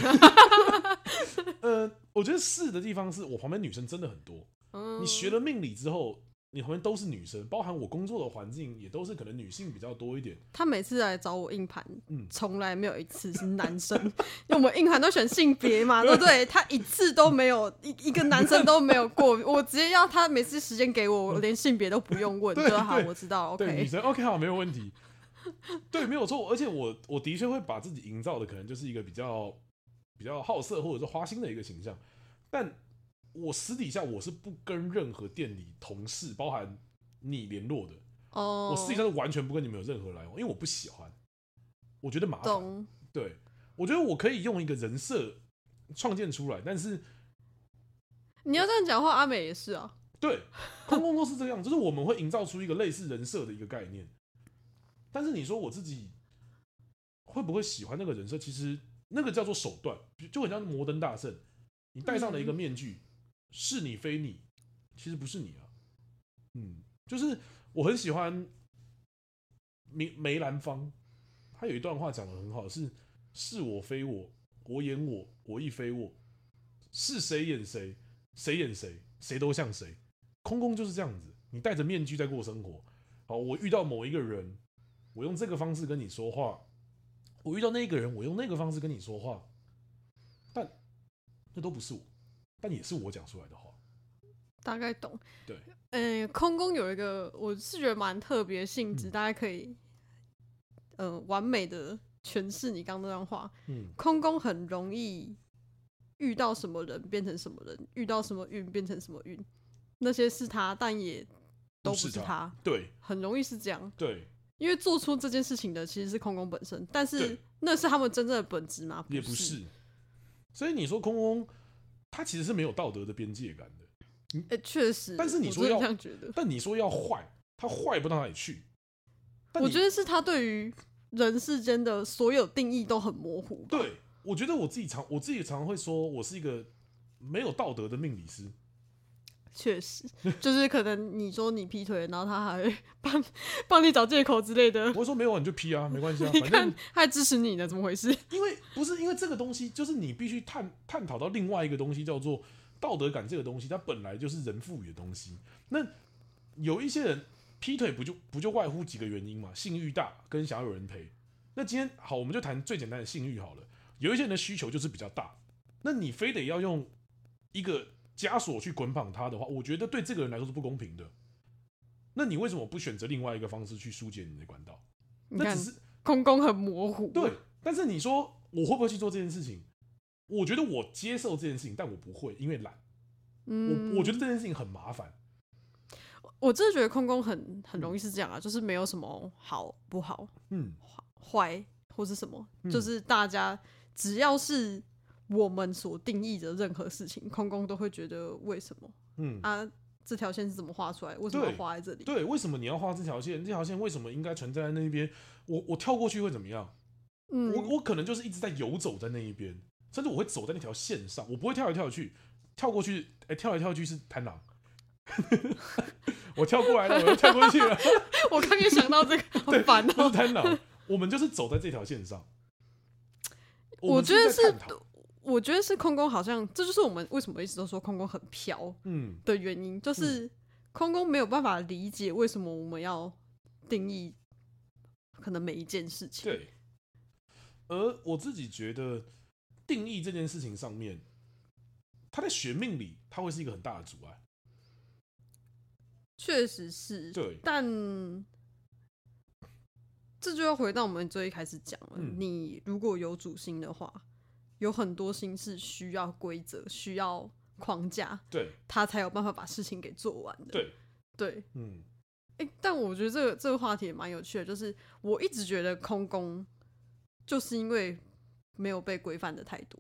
S1: 呃，我觉得是的地方是我旁边女生真的很多。
S2: 嗯？
S1: 你学了命理之后，你旁边都是女生，包含我工作的环境也都是可能女性比较多一点。
S2: 他每次来找我硬盘
S1: 嗯，
S2: 从来没有一次是男生， 因为我们硬盘都选性别嘛，对不对？他一次都没有一一个男生都没有 过，我直接要他每次时间给我，我连性别都不用问，
S1: 对
S2: 就好，
S1: 对
S2: 我知道
S1: 对女
S2: ，OK，
S1: 生 OK 好，没有问题。对，没有错。而且我我的确会把自己营造的可能就是一个比较比较好色或者是花心的一个形象，但我私底下我是不跟任何店里同事，包含你联络的，
S2: 哦，
S1: 我私底下是完全不跟你们有任何来往，因为我不喜欢，我觉得麻烦。
S2: 懂，
S1: 对，我觉得我可以用一个人设创建出来，但是
S2: 你要这样讲话，阿美也是啊，
S1: 对，空空都是这样，就是我们会营造出一个类似人设的一个概念。但是你说我自己会不会喜欢那个人设？其实那个叫做手段，就就很像摩登大圣，你戴上了一个面具，是你非你，其实不是你啊。嗯，就是我很喜欢梅梅兰芳，她有一段话讲的很好，是是我非我，我演我，我亦非我，是谁演谁，谁演谁，谁都像谁。空空就是这样子，你戴着面具在过生活。好，我遇到某一个人，我用这个方式跟你说话；我遇到那个人，我用那个方式跟你说话。但那都不是我，但也是我讲出来的话。
S2: 大概懂。
S1: 对，
S2: 呃，空宫有一个我是觉得蛮特别的性质，
S1: 嗯
S2: 大家可以，呃，完美的诠释你刚刚那段话。
S1: 嗯，
S2: 空宫很容易遇到什么人变成什么人，遇到什么运变成什么运，那些是他，但也都不
S1: 不是
S2: 是
S1: 他
S2: 他，
S1: 对
S2: 很容易是这样。
S1: 对，
S2: 因为做出这件事情的其实是空宫本身，但是
S1: 对
S2: 那是他们真正的本质吗？
S1: 也不是。所以你说空空，他其实是没有道德的边界感的。
S2: 诶，确实。
S1: 但是你
S2: 我
S1: 说
S2: 真的
S1: 要
S2: 这样觉得，
S1: 但你说要坏，他坏不到哪里去。但
S2: 我
S1: 你
S2: 觉得是他对于人世间的所有定义都很模糊。，
S1: 对，我觉得我自己常我自己常会说，我是一个没有道德的命理师。
S2: 确实， 就是可能你说你劈腿，然后他还 会帮帮你找借口之类的
S1: 我，会说没有啊，你就批 啊，没关系啊，
S2: 你
S1: 反
S2: 看
S1: 正
S2: 他还支持你呢，怎么回事？
S1: 因为不是因为这个东西，就是你必须探探讨到另外一个东西，叫做道德感这个东西，它本来就是人赋予的东西。那有一些人劈腿不就不就外乎几个原因嘛，性欲大跟想要有人陪。那今天好，我们就谈最简单的性欲好了。有一些人的需求就是比较大，那你非得要用一个枷锁去捆绑他的话，我觉得对这个人来说是不公平的。那你为什么不选择另外一个方式去疏解你的管道？
S2: 你
S1: 那
S2: 看
S1: 只是
S2: 空宫很模糊。
S1: 对，但是你说我会不会去做这件事情？我觉得我接受这件事情，但我不会，因为懒。
S2: 嗯，
S1: 我我觉得这件事情很麻烦。
S2: 我真的觉得空宫很很容易是这样啊，就是没有什么好不好、
S1: 嗯，
S2: 坏或是什么，
S1: 嗯
S2: 就是大家只要是我们所定义的任何事情，空宫都会觉得为什么
S1: 嗯，
S2: 啊？这条线是怎么画出来？为什么要
S1: 对
S2: 画在这里？
S1: 对，为什么你要画这条线？这条线为什么应该存在在那一边？我我跳过去会怎么样？我
S2: 嗯，
S1: 我可能就是一直在游走在那一边，甚至我会走在那条线上，我不会跳来跳去，跳过去，哎、跳来跳去是贪狼。 我跳过来了，我又跳过去了，
S2: 我刚刚想到这个，好烦
S1: 那
S2: 哦、
S1: 是贪 狼。我们就是走在这条线上。
S2: 我
S1: 们
S2: 觉得
S1: 在
S2: 是
S1: 探讨，
S2: 我觉得是空宫，好像这就是我们为什么一直都说空宫很飘
S1: 嗯，
S2: 的原因，就是空宫没有办法理解为什么我们要定义可能每一件事情。
S1: 对。而我自己觉得，定义这件事情上面，它在学命理，它会是一个很大的阻碍。
S2: 确实是，
S1: 对
S2: 但这就要回到我们最一开始讲了，
S1: 嗯
S2: 你如果有主心的话，有很多心是需要规则、需要框架，
S1: 对
S2: 他才有办法把事情给做完的。
S1: 对，
S2: 对，
S1: 嗯
S2: 哎、但我觉得这个这个话题也蛮有趣的，就是我一直觉得空宫就是因为没有被规范的太多，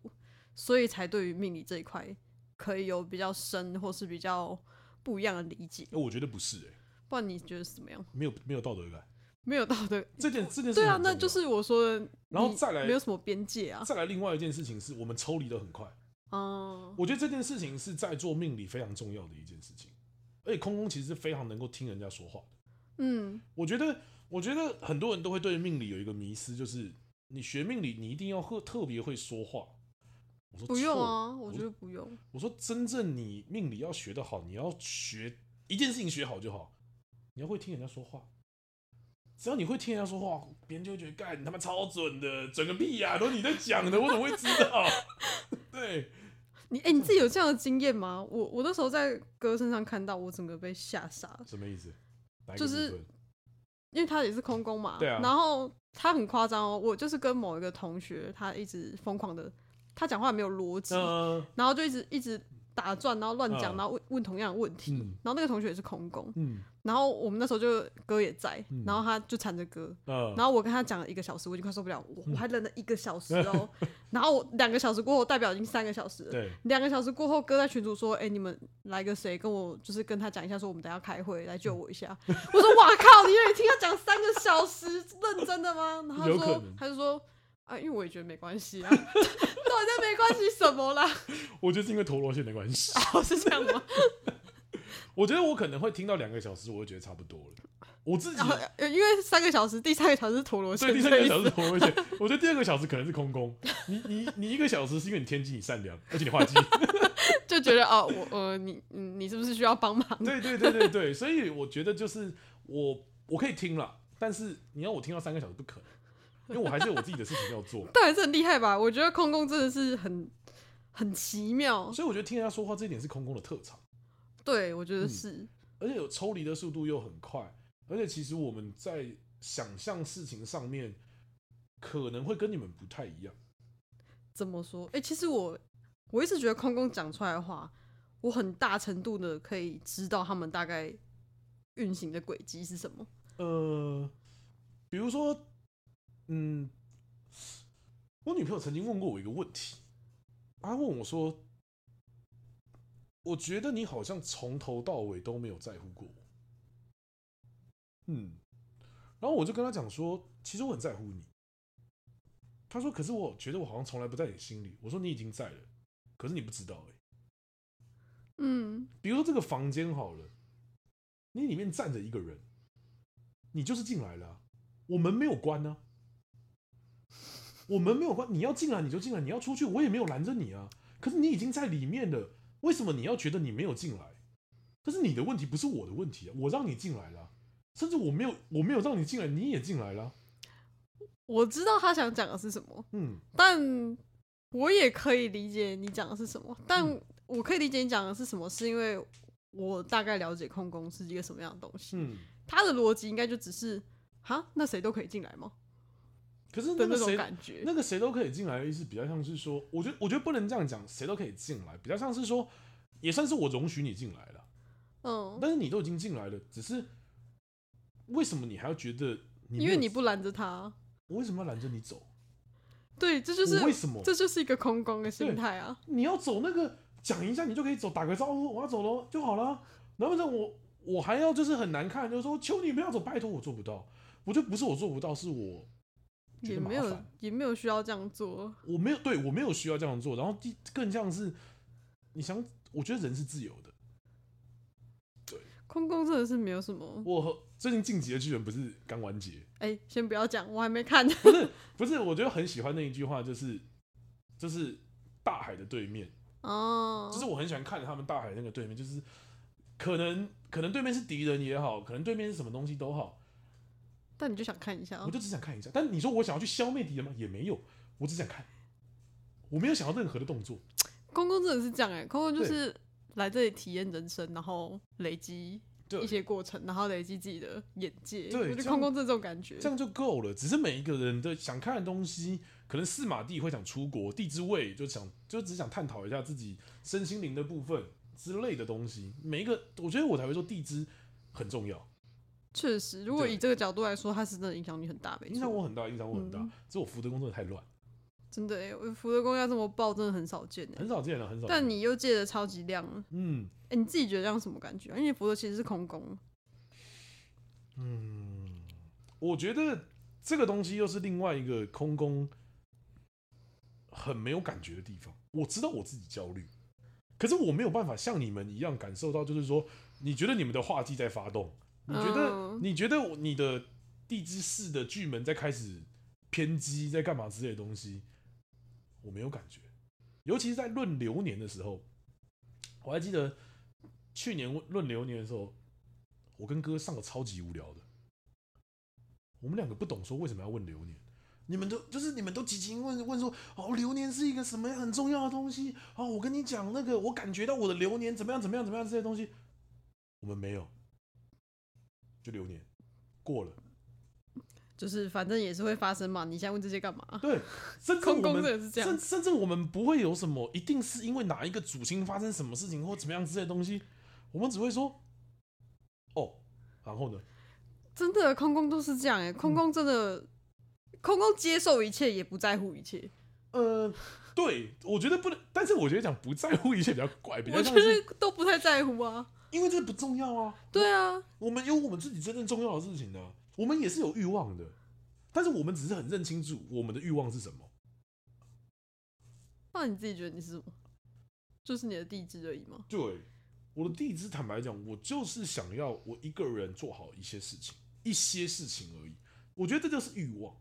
S2: 所以才对于命理这一块可以有比较深或是比较不一样的理解。
S1: 哎，我觉得不是哎、
S2: 不然你觉得是怎么样？
S1: 没有没有道德感，
S2: 没有道德？
S1: 这件这件事
S2: 嗯对啊，
S1: 很重
S2: 那
S1: 要
S2: 就是我说的，
S1: 然后
S2: 你
S1: 再来
S2: 没有什么边界啊。
S1: 再来另外一件事情是我们抽离的很快，
S2: 嗯，
S1: 我觉得这件事情是在做命理非常重要的一件事情，而且空空其实是非常能够听人家说话的。
S2: 嗯，
S1: 我觉得，我觉得很多人都会对命理有一个迷思，就是你学命理，你一定要会特别会说话。我说
S2: 不用
S1: 错，
S2: 啊，我觉得不用。
S1: 我说真正你命理要学得好，你要学一件事情学好就好，你要会听人家说话。只要你会听人家说话，别人就会觉得干你他妈超准的，准个屁呀、都你在讲的，我怎么会知道？ 对，
S2: 你哎、你自己有这样的经验吗？我我那时候在哥身上看到，我整个被吓傻了。
S1: 什么意思？哪一
S2: 就
S1: 个部
S2: 是
S1: 分
S2: 因为他也是空工嘛，
S1: 对啊
S2: 然后他很夸张哦，我就是跟某一个同学，他一直疯狂的，他讲话没有逻辑，
S1: 嗯
S2: 然后就一直一直打转，然后乱讲，
S1: 嗯
S2: 然后问问同样的问题。
S1: 嗯
S2: 然后那个同学也是空工，
S1: 嗯
S2: 然后我们那时候就哥也在
S1: 嗯，
S2: 然后他就缠着哥，
S1: 呃，
S2: 然后我跟他讲了一个小时，我已经快受不了，我
S1: 嗯
S2: 我还忍了一个小时 哦，然后我两个小时过后，代表已经三个小时了，
S1: 对，
S2: 两个小时过后，哥在群主说：“哎、你们来个谁跟我，就是跟他讲一下，说我们等一下开会来救我一 下。”我说：“哇靠，你也听他讲三个小时，认真的吗？”然后他
S1: 有可
S2: 说
S1: 能：“
S2: 他就说啊，因为我也觉得没关系啊，到底 在没关系什么啦？
S1: 我觉得是因为陀螺线的关系。
S2: 哦，是这样吗？
S1: 我觉得我可能会听到两个小时，我就觉得差不多了。我自己
S2: 然后呃因为三个小时，第三个小时是陀螺
S1: 对
S2: 线
S1: 第三
S2: 这
S1: 个
S2: 一
S1: 小
S2: 次，
S1: 时陀螺线，我觉得第二个小时可能是空空。你你你一个小时是因为你天机你善良，而且你化机。
S2: 就觉得哦，我呃，你嗯你是不是需要帮 忙？。
S1: 对对对对对，所以我觉得就是我我可以听了，但是你要我听到三个小时不可能，因为我还是有我自己的事情要做
S2: 但还是很厉害吧？我觉得空空真的是很很奇妙，
S1: 所以我觉得听人家说话这一点是空空的特长。
S2: 对我觉得
S1: 嗯
S2: 是。
S1: 而且有抽离的速度又很快，而且其实我们在想象事情上面可能会跟你们不太一样。
S2: 怎么说？哎、其实我我一直觉得空空讲出来的话，我很大程度的可以知道他们大概运行的轨迹是什么。
S1: 呃，比如说，嗯，我女朋友曾经问过我一个问题，她问我说：“我觉得你好像从头到尾都没有在乎过我。”嗯，然后我就跟她讲说：“其实我很在乎你。”她说：“可是我觉得我好像从来不在你心里。”我说：“你已经在了，可是你不知道、欸。”
S2: 嗯，
S1: 比如说这个房间好了，你里面站着一个人，你就是进来了啊、我门没有关呢、我门没有关，你要进来你就进来，你要出去我也没有拦着你啊。可是你已经在里面了，为什么你要觉得你没有进来？这是你的问题，不是我的问题啊！我让你进来了啊、甚至我没有我没有让你进来，你也进来了啊。
S2: 我知道他想讲的是什么，
S1: 嗯，
S2: 但我也可以理解你讲的是什么。但
S1: 嗯
S2: 我可以理解你讲的是什么，是因为我大概了解空宫是一个什么样的东西。
S1: 嗯，
S2: 他的逻辑应该就只是哈，那谁都可以进来吗？
S1: 可是那
S2: 的那
S1: 个
S2: 种
S1: 谁
S2: 感觉。
S1: 那个谁都可以进来的意思，比较像是说，我觉得我觉得不能这样讲，谁都可以进来，比较像是说，也算是我容许你进来了，
S2: 嗯，
S1: 但是你都已经进来了，只是为什么你还要觉得你没有
S2: 因为你不拦着他。
S1: 我为什么要拦着你走？
S2: 对，这就是
S1: 我为什么
S2: 这就是一个空宫的心
S1: 对
S2: 态啊。
S1: 你要走那个讲一下你就可以走，打个招呼，我要走喽就好了。然后呢，我我还要就是很难看，就是说求你不要走，拜托我做不到。我觉得不是我做不到，是我觉
S2: 也
S1: 得麻
S2: 没有
S1: 烦，
S2: 也没有需要这样做。
S1: 我没有对我没有需要这样做。然后第更像是你想，我觉得人是自由的。
S2: 空宫真的是没有什么。
S1: 我和最近《进击的巨人》不是刚完结，
S2: 哎、先不要讲，我还没看。
S1: 不是不是，我觉得很喜欢那一句话，就是就是大海的对面，
S2: 哦，
S1: 就是我很喜欢看他们大海那个对面，就是可能可能对面是敌人也好，可能对面是什么东西都好，
S2: 但你就想看一下、啊
S1: 我，就只想看一下。但你说我想要去消灭敌人吗？也没有，我只想看，我没有想要任何的动作。
S2: 空宫真的是这样哎、空宫就是来这里体验人生，然后累积
S1: 对
S2: 一些过程，然后累积自己的眼界。
S1: 对
S2: 我
S1: 这
S2: 觉得
S1: 样
S2: 空空这种感觉
S1: 这，样就够了。只是每一个人的想看的东西，可能司马帝会想出国，地之位就想就只想探讨一下自己身心灵的部分之类的东西。每一个，我觉得我才会说地支很重要，
S2: 确实，如果
S1: 对
S2: 以这个角度来说，它是真的影响你很大，没
S1: 影响
S2: 错。
S1: 我很大，影响我很大。
S2: 嗯
S1: 只是我福德宫真的太乱，
S2: 真的哎耶，我福德宫要这么爆，真的很少见哎
S1: 很。少见了，啊很少见。
S2: 但你又借的超级亮，
S1: 嗯
S2: 哎、你自己觉得这样什么感觉啊？因为福德其实是空宫，
S1: 嗯，我觉得这个东西又是另外一个空宫很没有感觉的地方。我知道我自己焦虑，可是我没有办法像你们一样感受到，就是说，你觉得你们的画技在发动，你觉得、
S2: 嗯
S1: 你觉得我你的地支四的巨门在开始偏激，在干嘛之类的东西，我没有感觉。尤其是在论流年的时候，我还记得去年论流年的时候，我跟哥上的超级无聊的，我们两个不懂说为什么要问流年。你们都就是你们都急急问问说哦，流年是一个什么样很重要的东西哦，我跟你讲那个，我感觉到我的流年怎么样怎么样怎么样这些东西，我们没有，就流年过了，
S2: 就是反正也是会发生嘛。你现在问这些干嘛？
S1: 对，甚至
S2: 空
S1: 我
S2: 宫
S1: 们
S2: 真的是这样
S1: 甚，甚至我们不会有什么一定是因为哪一个主星发生什么事情或怎么样之类的东西，我们只会说哦，然后呢，
S2: 真的空宫都是这样
S1: 嗯
S2: 哎，空宫真的，空宫接受一切，也不在乎一切。
S1: 呃，对我觉得不能，但是我觉得讲不在乎一些比较怪，比较
S2: 我觉
S1: 像是
S2: 得都不太在乎啊。
S1: 因为这不重要啊，
S2: 对啊，
S1: 我们有我们自己真正重要的事情呢、我们也是有欲望的，但是我们只是很认清楚我们的欲望是什么。
S2: 那你自己觉得你是什么？就是你的地支而已吗？
S1: 对，我的地支，坦白讲，我就是想要我一个人做好一些事情，一些事情而已。我觉得这就是欲望。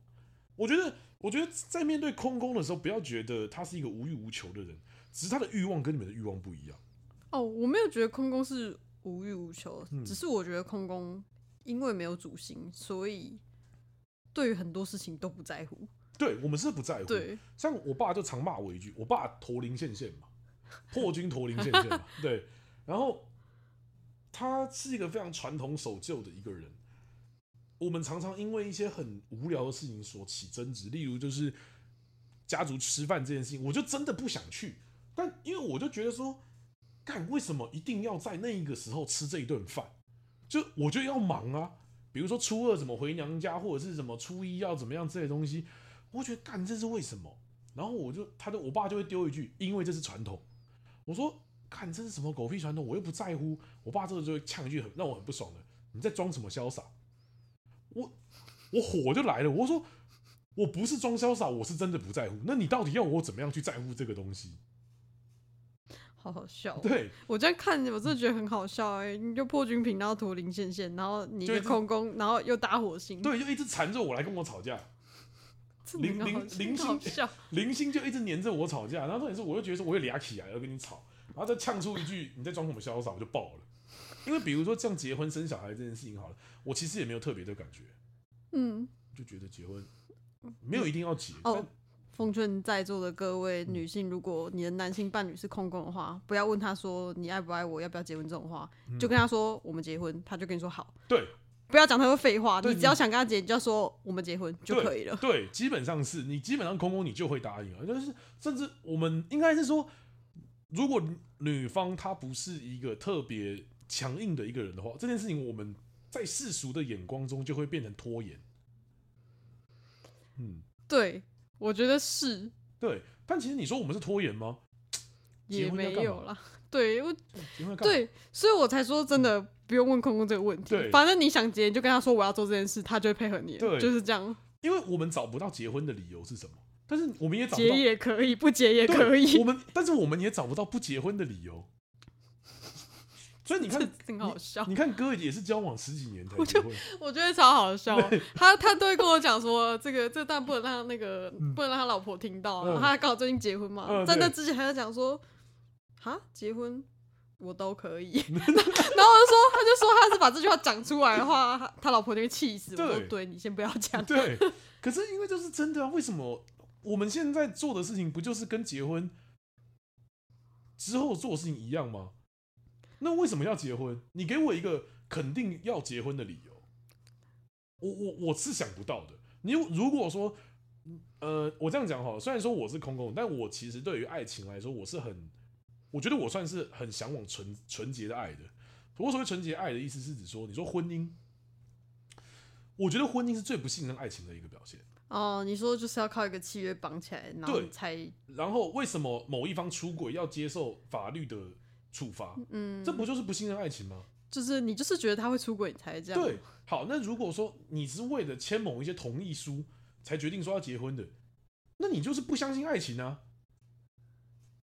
S1: 我觉得，我觉得在面对空宫的时候，不要觉得他是一个无欲无求的人，只是他的欲望跟你们的欲望不一样。
S2: 哦，我没有觉得空宫是无欲无求，
S1: 嗯
S2: 只是我觉得空宫因为没有主心，所以对于很多事情都不在乎。
S1: 对我们是不在乎，
S2: 对，
S1: 像我爸就常骂我一句，我爸驼铃线线嘛，破军驼铃线线嘛，对。然后他是一个非常传统守旧的一个人。我们常常因为一些很无聊的事情所起争执，例如就是家族吃饭这件事情，我就真的不想去。但因为我就觉得说，干为什么一定要在那一个时候吃这一顿饭？就我就要忙啊，比如说初二怎么回娘家，或者是什么初一要怎么样这些东西，我会觉得干这是为什么？然后我就他的我爸就会丢一句，因为这是传统。我说看这是什么狗屁传统，我又不在乎。我爸这个就会呛一句很让我很不爽的，你在装什么潇洒？我我火就来了，我说我不是装潇洒，我是真的不在乎。那你到底要我怎么样去在乎这个东西？
S2: 好好笑、哦。
S1: 对，
S2: 我这样看，我真的觉得很好笑哎、你就破军频，然后驼铃线线，然后你一
S1: 就
S2: 个
S1: 一直
S2: 空宫，然后又打火星，
S1: 对，就一直缠着我来跟我吵架，
S2: 真的
S1: 零
S2: 很好
S1: 零零星
S2: 很好笑。
S1: 零星就一直黏着我吵架。然后重点是，我又觉得说我会俩起来要跟你吵，然后再呛出一句你在装什么潇洒，我就爆了。因为比如说像结婚生小孩这件事情好了，我其实也没有特别的感觉，
S2: 嗯，
S1: 就觉得结婚没有一定要结。
S2: 哦，奉劝在座的各位女性，如果你的男性伴侣是空宫的话，不要问他说你爱不爱我，要不要结婚这种话，
S1: 嗯
S2: 就跟他说我们结婚，他就跟你说好，
S1: 但对
S2: 不要讲太多废话，
S1: 对
S2: 你只要想跟他结，你就要说我们结婚就
S1: 对
S2: 可以了。
S1: 对，基本上是你基本上空空你就会答应了，就是甚至我们应该是说，如果女方她不是一个特别强硬的一个人的话，这件事情我们在世俗的眼光中就会变成拖延。嗯，
S2: 对，我觉得是
S1: 对。但其实你说我们是拖延吗？
S2: 也
S1: 结婚要干
S2: 没
S1: 嘛
S2: 有啦。对，我
S1: 因为干嘛
S2: 对，所以我才说真的不用问空空这个问题
S1: 对。
S2: 反正你想结，你就跟他说我要做这件事，他就会配合你了，
S1: 对
S2: 就是这样。
S1: 因为我们找不到结婚的理由是什么，但是我们也找不
S2: 结
S1: 到
S2: 也可以，不结也
S1: 对
S2: 可
S1: 我
S2: 以，
S1: 们但是我们也找不到不结婚的理由。所以 你看，
S2: 挺好笑。
S1: 你看哥也是交往十几年才
S2: 我
S1: 结
S2: 就
S1: 婚，
S2: 我觉得超好笑，他他都会跟我讲说，这个这但不能让那个不能让他老婆听到啊，
S1: 嗯
S2: 他刚好最近结婚嘛，
S1: 嗯
S2: 在那
S1: 对
S2: 之前还在讲说，哈结婚我都可以， 然后然后我就说他就说他是把这句话讲出来的话，他他老婆就会气死，我说
S1: 对
S2: 对你先不要 讲，
S1: 对，可是因为就是真的啊，为什么我们现在做的事情不就是跟结婚之后做的事情一样吗？那为什么要结婚？你给我一个肯定要结婚的理由，我我我是想不到的。你如果说，呃，我这样讲好了，虽然说我是空空，但我其实对于爱情来说，我是很，我觉得我算是很向往纯纯洁的爱的。我所谓纯洁爱的意思是指说，你说婚姻，我觉得婚姻是最不信任爱情的一个表现。
S2: 哦，你说就是要靠一个契约绑起来，然后
S1: 对
S2: 才
S1: 然后为什么某一方出轨要接受法律的处罚？
S2: 嗯，
S1: 这不就是不信任爱情吗？
S2: 就是你就是觉得他会出轨，你才这样。
S1: 对，，好，那如果说你是为了签某一些同意书才决定说要结婚的，那你就是不相信爱情啊！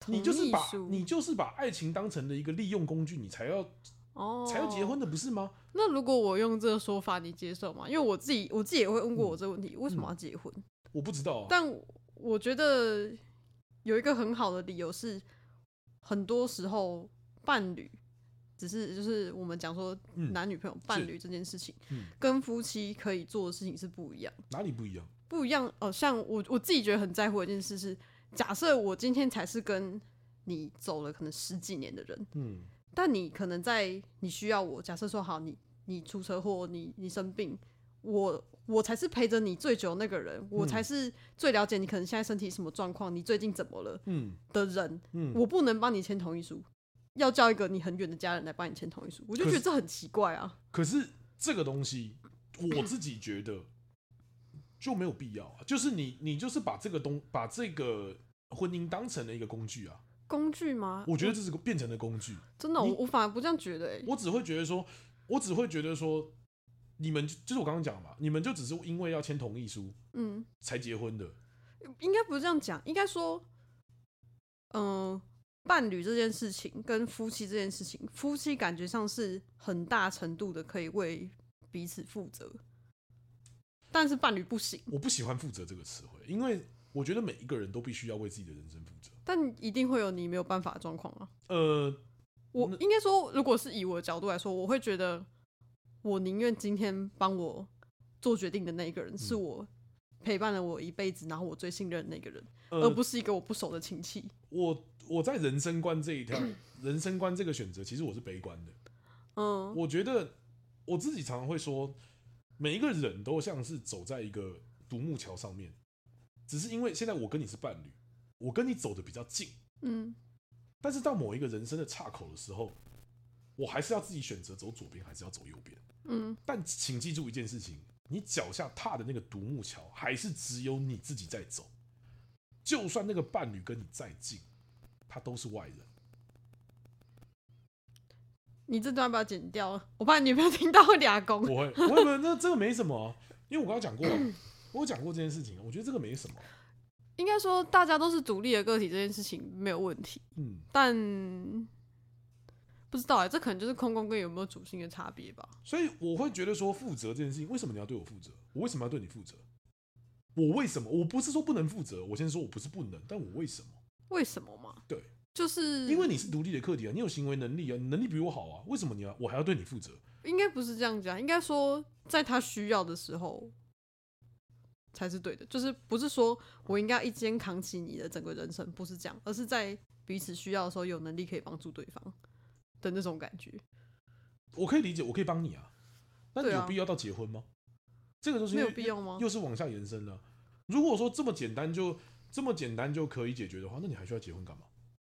S2: 同
S1: 你就是
S2: 意
S1: 把
S2: 书
S1: 你就是把爱情当成了一个利用工具，你才要
S2: 哦
S1: 才要结婚的，不是吗？
S2: 那如果我用这个说法，你接受吗？因为我自己我自己也会问过我这个问
S1: 嗯
S2: 题，为什么要结婚？
S1: 我不知道啊，
S2: 但我觉得有一个很好的理由是，很多时候伴侣只是就是我们讲说
S1: 嗯
S2: 男女朋友伴侣这件事情，
S1: 嗯
S2: 跟夫妻可以做的事情是不一样。
S1: 哪里不一样？
S2: 不一样哦、呃像我我自己觉得很在乎的一件事是，假设我今天才是跟你走了可能十几年的人，
S1: 嗯
S2: 但你可能在你需要我，假设说好你你出车祸，你你生病，我我才是陪着你最久的那个人，我
S1: 嗯
S2: 才是最了解你可能现在身体什么状况，你最近怎么了
S1: 嗯
S2: 的人，
S1: 嗯，
S2: 我不能帮你签同意书，要叫一个你很远的家人来帮你签同意书，我就
S1: 可
S2: 觉
S1: 是
S2: 得这很奇怪啊。
S1: 可是这个东西我自己觉得就没有必要啊，就是你你就是把这个东把这个婚姻当成了一个工具啊，
S2: 工具吗？
S1: 我觉得这是个变成了工具。
S2: 真的，我
S1: 你
S2: 我反而不这样觉得、欸。
S1: 我只会觉得说，我只会觉得说，你们就就是我刚刚讲嘛，你们就只是因为要签同意书
S2: 嗯，
S1: 才结婚的，
S2: 应该不是这样讲，应该说，嗯、伴侣这件事情跟夫妻这件事情，夫妻感觉上是很大程度的可以为彼此负责，但是伴侣不行，
S1: 我不喜欢负责这个词汇，因为我觉得每一个人都必须要为自己的人生负责。
S2: 但一定会有你没有办法的状况啊。
S1: 呃，
S2: 我
S1: 那
S2: 应该说，如果是以我的角度来说，我会觉得，我宁愿今天帮我做决定的那一个人
S1: 嗯
S2: 是我陪伴了我一辈子，然后我最信任的那个人，而
S1: 呃，
S2: 不是一个我不熟的亲戚。
S1: 我我在人生观这一条人生观这个选择，其实我是悲观的。
S2: 嗯
S1: 我觉得我自己常常会说，每一个人都像是走在一个独木桥上面，只是因为现在我跟你是伴侣，我跟你走的比较近，
S2: 嗯，
S1: 但是到某一个人生的岔口的时候，我还是要自己选择走左边还是要走右边。
S2: 嗯，
S1: 但请记住一件事情：你脚下踏的那个独木桥，还是只有你自己在走。就算那个伴侣跟你再近，他都是外人。
S2: 你这段要不要剪掉？ 我怕你女朋友听到会俩公。
S1: 我会，我会，那这个没什么，啊因为我刚刚讲过，我有讲过这件事情，啊我觉得这个没什么。
S2: 应该说大家都是独立的个体，这件事情没有问题。
S1: 嗯，
S2: 但不知道哎、这可能就是空宫跟有没有主心的差别吧。
S1: 所以我会觉得说，负责这件事情，为什么你要对我负责？我为什么要对你负责？我为什么？我不是说不能负责，我先说我不是不能，但我为什么？
S2: 为什么嘛？
S1: 对，
S2: 就是
S1: 因为你是独立的课题啊，你有行为能力啊，你能力比我好啊，为什么你要我还要对你负责？
S2: 应该不是这样讲，应该说在他需要的时候才是对的，就是不是说我应该一肩扛起你的整个人生，不是这样，而是在彼此需要的时候有能力可以帮助对方的那种感觉。
S1: 我可以理解，我可以帮你啊，那你
S2: 对啊
S1: 有必要到结婚吗？这个就是
S2: 没有
S1: 又
S2: 必要吗
S1: 又是往下延伸了。如果说这么简单就这么简单就可以解决的话，那你还需要结婚干嘛？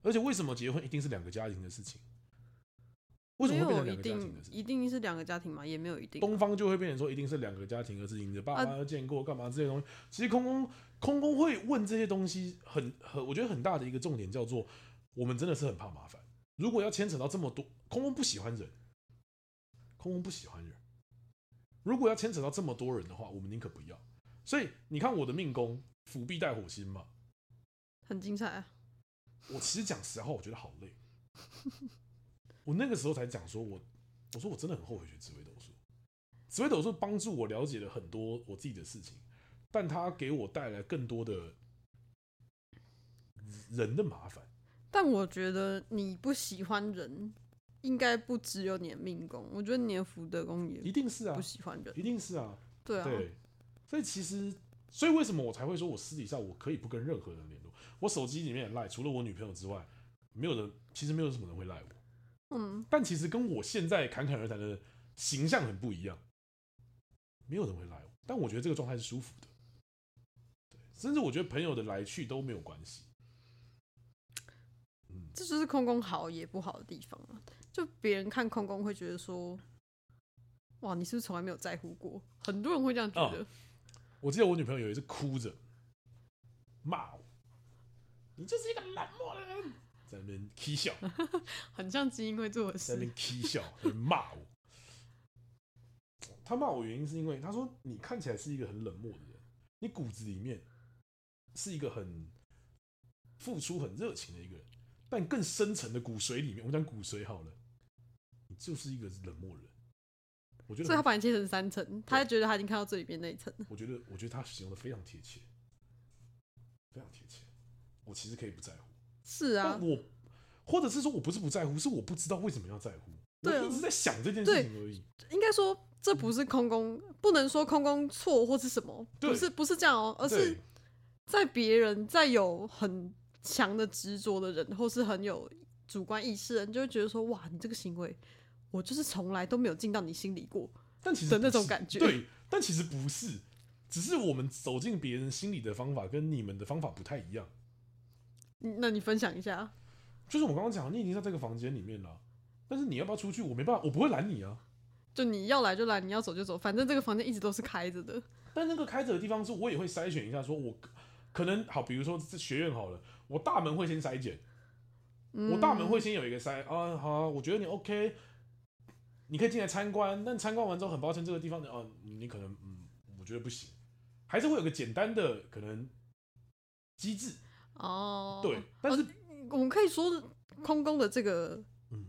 S1: 而且为什么结婚一定是两个家庭的事情？为什
S2: 没
S1: 么会变成
S2: 有
S1: 两
S2: 一
S1: 个家
S2: 定
S1: 庭的事情？
S2: 一定是两个家庭嘛？也没有一定啊。
S1: 东方就会变成说一定是两个家庭的事情，你的爸
S2: 啊
S1: 妈要见过干嘛这些东西。其实空空空空会问这些东西很很，我觉得很大的一个重点叫做我们真的是很怕麻烦。如果要牵扯到这么多，空空不喜欢人，空空不喜欢人。如果要牵扯到这么多人的话，我们宁可不要。所以你看我的命宫伏必带火星嘛，
S2: 很精彩、啊。
S1: 我其实讲实话，我觉得好累。 我那个时候才讲说我，我说我真的很后悔学紫微斗数。紫微斗数帮助我了解了很多我自己的事情，但它给我带来更多的人的麻烦。
S2: 但我觉得你不喜欢人，应该不只有你的命宫，我觉得你的福德宫
S1: 一
S2: 也
S1: 定是啊
S2: 不，喜欢人。
S1: 一定是啊，
S2: 对啊，
S1: 对。所以其实，所以为什么我才会说我私底下我可以不跟任何人联络？我手机里面也赖，除了我女朋友之外，没有人，其实没有什么人会赖我。
S2: 嗯，
S1: 但其实跟我现在侃侃而谈的形象很不一样，没有人会赖我。但我觉得这个状态是舒服的，对，甚至我觉得朋友的来去都没有关系。嗯，
S2: 这就是空宫好也不好的地方啊。就别人看空宫会觉得说，哇，你是不是从来没有在乎过？很多人会这样
S1: 哦
S2: 觉得。
S1: 我记得我女朋友有一次哭着骂我：“你就是一个冷漠的人。”在那边 k 笑，
S2: 很像基因会做的
S1: 在那
S2: 事
S1: 边 k 笑，在那边骂我。他骂我原因是因为他说你看起来是一个很冷漠的人，你骨子里面是一个很付出、很热情的一个人，但更深层的骨髓里面，我们讲骨髓好了，你就是一个冷漠人。我觉得
S2: 所以他
S1: 很，
S2: 把你切成三层，他就觉得他已经看到最里面那一层了。
S1: 我觉得，我觉得他形容的非常贴切，非常贴切。我其实可以不在乎，
S2: 是啊
S1: 但，我或者是说我不是不在乎，是我不知道为什么要在乎，
S2: 对啊
S1: 我一直在想这件
S2: 对
S1: 事情而已。
S2: 应该说这不是空宫，不能说空宫错或是什么，
S1: 对
S2: 不是不是这样哦、而
S1: 对
S2: 是在别人在有很强的执着的人，或是很有主观意识的人，就会觉得说哇，你这个行为，我就是从来都没有进到你心里过。
S1: 但其实
S2: 的
S1: 不
S2: 那种
S1: 是
S2: 感觉
S1: 对，但其实不是，只是我们走进别人心里的方法跟你们的方法不太一样。
S2: 嗯那你分享一下，
S1: 就是我刚刚讲，你已经在这个房间里面了，但是你要不要出去？我没办法，我不会拦你啊。
S2: 就你要来就来，你要走就走，反正这个房间一直都是开着的。
S1: 但那个开着的地方是我也会筛选一下，说我可能好，比如说这学院好了，我大门会先筛检，我大
S2: 嗯
S1: 门会先有一个筛啊，好啊我觉得你 OK，你可以进来参观，但参观完之后，很抱歉这个地方哦、你可能嗯，我觉得不行，还是会有个简单的可能机制，
S2: 哦，
S1: 对，但是
S2: 我们可以说空宫的这个
S1: 嗯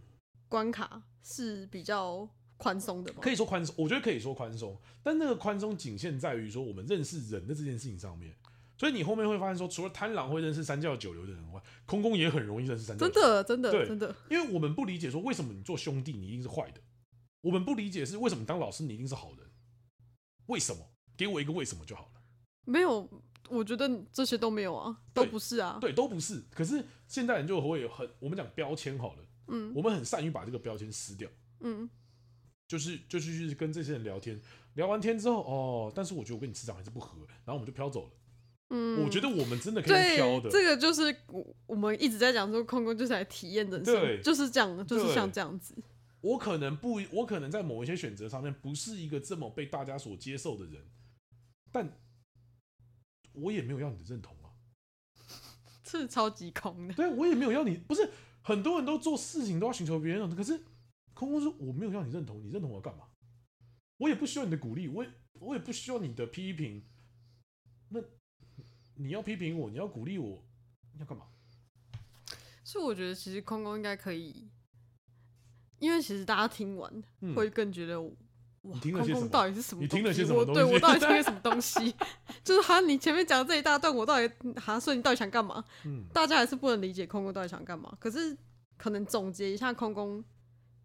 S2: 关卡是比较宽松的嘛？
S1: 可以说宽松，我觉得可以说宽松，但那个宽松仅限在于说我们认识人的这件事情上面。所以你后面会发现说，除了贪狼会认识三教九流的人外，空宫也很容易认识三教
S2: 真
S1: 九流。
S2: 的，真的，
S1: 对
S2: 真的，
S1: 因为我们不理解说为什么你做兄弟你一定是坏的，我们不理解是为什么你当老师你一定是好人，为什么？给我一个为什么就好了。
S2: 没有，我觉得这些都没有啊，都
S1: 对
S2: 不是啊。
S1: 对，都不是。可是现代人就会有很，我们讲标签好了，
S2: 嗯
S1: 我们很善于把这个标签撕掉，
S2: 嗯，
S1: 就是就是去跟这些人聊天，聊完天之后，哦，但是我觉得我跟你磁场还是不合，然后我们就飘走了。
S2: 嗯
S1: 我觉得我们真的可以
S2: 对
S1: 飘的，
S2: 这个就是我我们一直在讲说，空宫就是来体验人
S1: 对
S2: 生，就是这样，就是
S1: 对
S2: 像这样子。
S1: 我可能不，我可能在某一些选择上面不是一个这么被大家所接受的人，但我也没有要你的认同啊，
S2: 是超级空的，
S1: 对啊我也没有要你，不是很多人都做事情都要寻求别人认同，可是空空说我没有要你认同，你认同我干嘛？我也不需要你的鼓励，我也我也不需要你的批评，那你要批评我，你要鼓励我，你要干嘛？
S2: 所以我觉得其实空宫应该可以，因为其实大家听完
S1: 嗯，
S2: 会更觉得我。哇
S1: 你听了
S2: 空
S1: 些什
S2: 空
S1: 么
S2: 到底是什么
S1: 你
S2: 东西？
S1: 听了些什么
S2: 我
S1: 东
S2: 对
S1: 西
S2: 我到底听了什么东西？ 就是哈，你前面讲这一大段，我到底哈，所以你到底想干嘛？
S1: 嗯，
S2: 大家还是不能理解空宫到底想干嘛。可是可能总结一下，空宫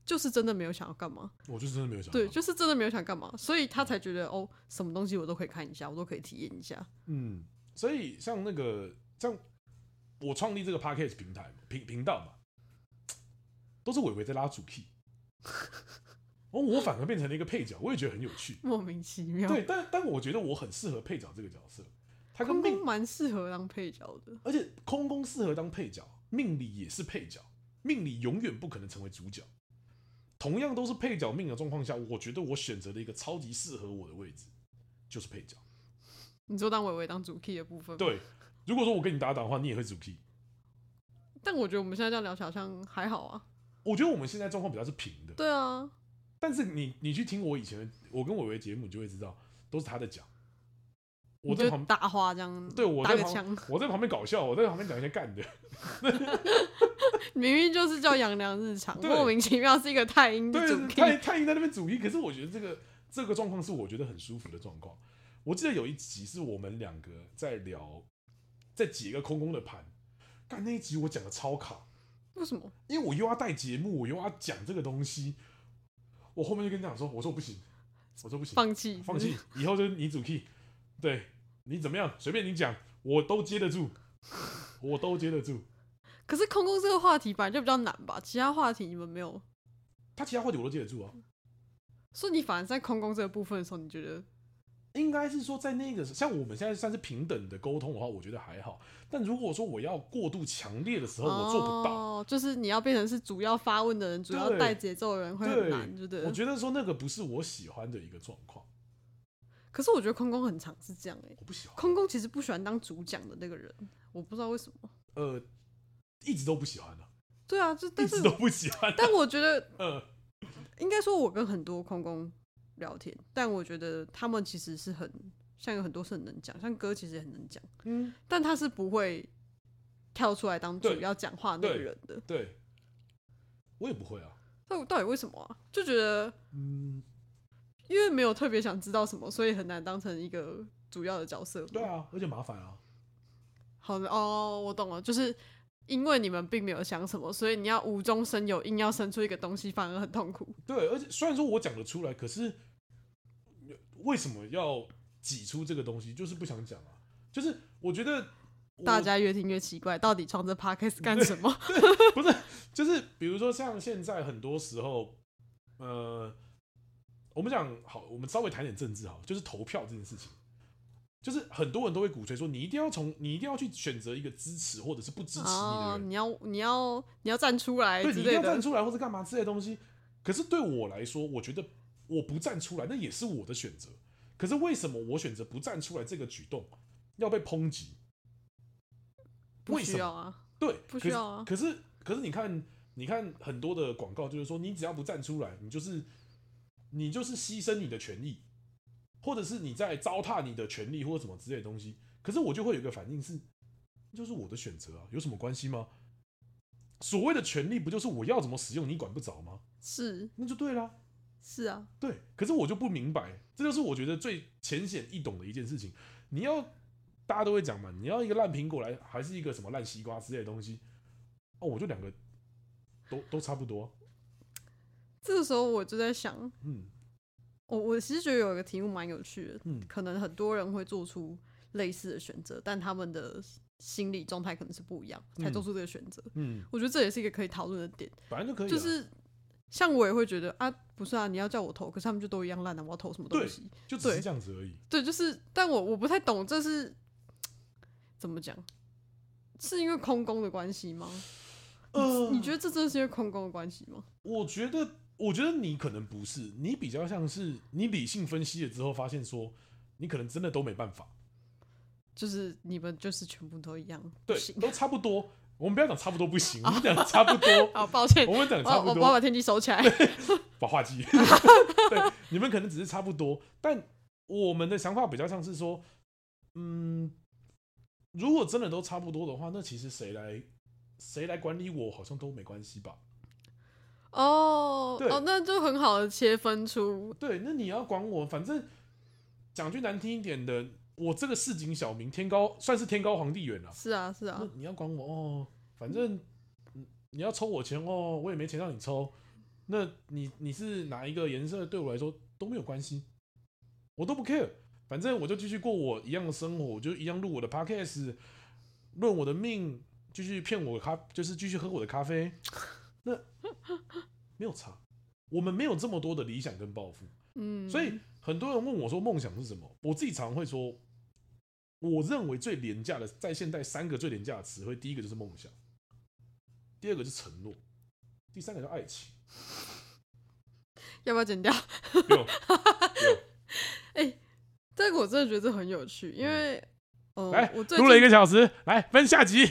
S2: 就是真的没有想要干嘛，
S1: 我就是真的没有想
S2: 对，
S1: 法
S2: 就是真的没有想干嘛，所以他才觉得哦，什么东西我都可以看一下，我都可以体验一下。
S1: 嗯，所以像那个像我创立这个 podcast 平台嘛频频道嘛，都是伟伟在拉主 key，而我反而变成了一个配角，我也觉得很有趣。
S2: 莫名其妙，
S1: 对，但但我觉得我很适合配角这个角色，他跟
S2: 空
S1: 命
S2: 宫，蛮适合当配角的。
S1: 而且空宫适合当配角，命理也是配角，命理永远不可能成为主角。同样都是配角命的状况下，我觉得我选择了一个超级适合我的位置，就是配角。
S2: 你说当伟伟当主 key 的部分，。
S1: 对，如果说我跟你打打的话，你也会主 key。
S2: 但我觉得我们现在这样聊起来好像还好啊。
S1: 我觉得我们现在状况比较是平的，
S2: 对啊，
S1: 但是你你去听我以前的我跟伟伟节目，你就会知道都是他在讲，我
S2: 你
S1: 在
S2: 就
S1: 旁
S2: 打花这样，
S1: 对我
S2: 打
S1: 在
S2: 个
S1: 旁
S2: 枪，
S1: 我在旁边搞笑，我在旁边讲一些干的，
S2: 明明就是叫杨良日常，
S1: 对
S2: 莫名其妙是一个太阴的主
S1: 对，太
S2: key。
S1: 太硬在那边主义，可是我觉得这个这个状况是我觉得很舒服的状况。我记得有一集是我们两个在聊，在解一个空空的盘，干那一集我讲的超卡，
S2: 为什么？
S1: 因为我又要带节目，我又要讲这个东西，我后面就跟你讲说，我说我不行，我说不行，
S2: 放弃？
S1: 放弃，以后就是你主 key，对你怎么样，随便你讲，我都接得住，我都接得住。
S2: 可是空空这个话题本来就比较难吧，其他话题你们没有。
S1: 他其他话题我都接得住啊，
S2: 所以你反而在空宫这个部分的时候，你觉得
S1: 应该是说在那个像我们现在算是平等的沟通的话，我觉得还好。但如果说我要过度强烈的时候，我做不到。
S2: 哦，就是你要变成是主要发问的人，主要
S1: 对
S2: 带节奏的人会很难，对不
S1: 我
S2: 对？
S1: 觉得说那个不是我喜欢的一个状况，
S2: 可是我觉得空宫很常是这样哎、
S1: 我不喜欢。
S2: 空宫其实不喜欢当主讲的那个人，我不知道为什么。
S1: 呃，一直都不喜欢的、
S2: 对啊，就但
S1: 一
S2: 是
S1: 直都不喜欢、啊
S2: 但 我觉得
S1: 呃，
S2: 应该说，我跟很多空工聊天，但我觉得他们其实是很像有很多是很能讲，像歌其实也很能讲，
S1: 嗯，
S2: 但他是不会跳出来当主
S1: 对
S2: 要讲话那个人的。
S1: 对，我也不会啊。
S2: 到底到底为什么啊？就觉得
S1: 嗯，
S2: 因为没有特别想知道什么，所以很难当成一个主要的角色。
S1: 对，啊，而且麻烦啊。
S2: 好的哦，我懂了，就是。因为你们并没有想什么，所以你要无中生有，硬要生出一个东西，反而很痛苦。
S1: 对，而且虽然说我讲得出来，可是为什么要挤出这个东西？就是不想讲啊。就是我觉得我
S2: 大家越听越奇怪，到底创这 podcast 干什 么？
S1: 不是，就是比如说像现在很多时候，呃，我们讲好，我们稍微谈点政治好，就是投票这件事情，就是很多人都会鼓吹说，你一定要从你一定要去选择一个支持或者是不支持你的
S2: 哦，
S1: 人，
S2: 你要你要你要站出来
S1: 对你
S2: 之
S1: 一定
S2: 类
S1: 要站
S2: 的，
S1: 出来或者干嘛之类的东西。可是对我来说，我觉得我不站出来，那也是我的选择。可是为什么我选择不站出来这个举动要被抨击？
S2: 不
S1: 为什
S2: 需
S1: 么
S2: 要啊。
S1: 对，
S2: 不需要啊
S1: 可是可是可是你看，你看很多的广告就是说，你只要不站出来，你就是你就是牺牲你的权益，或者是你在糟蹋你的权利或者什么之类的东西。可是我就会有一个反应是，就是我的选择啊，有什么关系吗？所谓的权利不就是我要怎么使用，你管不着吗？
S2: 是
S1: 那就对啦。
S2: 是啊，
S1: 对，可是我就不明白，这就是我觉得最浅显易懂的一件事情。你要大家都会讲嘛，你要一个烂苹果来，还是一个什么烂西瓜之类的东西？哦，我就两个都都差不多。啊
S2: 这个时候我就在想，
S1: 嗯
S2: 我我其实觉得有一个题目蛮有趣的，
S1: 嗯，
S2: 可能很多人会做出类似的选择，但他们的心理状态可能是不一样，才
S1: 嗯
S2: 做出这个选择。
S1: 嗯，
S2: 我觉得这也是一个可以讨论的点，
S1: 反正就可以了。啊
S2: 就是像我也会觉得啊，不是啊，你要叫我投，可是他们就都一样烂啊，我要投什么东
S1: 对
S2: 西？
S1: 就只是
S2: 对
S1: 这样子而已。
S2: 对，就是，但我我不太懂这是怎么讲，是因为空宫的关系吗？
S1: 呃，
S2: 你觉得这真的是因为空宫的关系吗？
S1: 我觉得，我觉得你可能不是，你比较像是你理性分析了之后，发现说你可能真的都没办法，
S2: 就是你们就是全部都一样，
S1: 对
S2: 不行，
S1: 都差不多。我们不要讲差不多不
S2: ，
S1: 行，我们讲差不多
S2: 好，抱歉，
S1: 我们讲
S2: 哦我
S1: 差不
S2: 我
S1: 多
S2: 我。把天气收起来。
S1: 把话机。 对，你们可能只是差不多，但我们的想法比较像是说，嗯，如果真的都差不多的话，那其实谁来谁来管理我，好像都没关系吧？
S2: 哦
S1: 对
S2: 哦，那就很好的切分出，
S1: 对，那你要管我，反正讲句难听一点的，我这个市井小民，天高算是天高皇帝远了、
S2: 是啊是啊
S1: 那，你要管我哦，反正嗯你要抽我钱哦，我也没钱让你抽。那你你是哪一个颜色对我来说都没有关系，我都不 care，反正我就继续过我一样的生活，我就一样录我的 podcast，论我的命，继续骗我的咖，就是继续喝我的咖啡。那没有差，我们没有这么多的理想跟抱负。
S2: 嗯，
S1: 所以很多人问我说梦想是什么，我自己常会说，我认为最廉价的，在现代三个最廉价的词汇，第一个就是梦想，第二个是承诺，第三个叫爱情。
S2: 要不要剪掉？
S1: 不用，不
S2: 这个我真的觉得这很有趣，因为，
S1: 用嗯
S2: 呃
S1: 来，
S2: 我最
S1: 录了一
S2: 近
S1: 个小时，来分下集。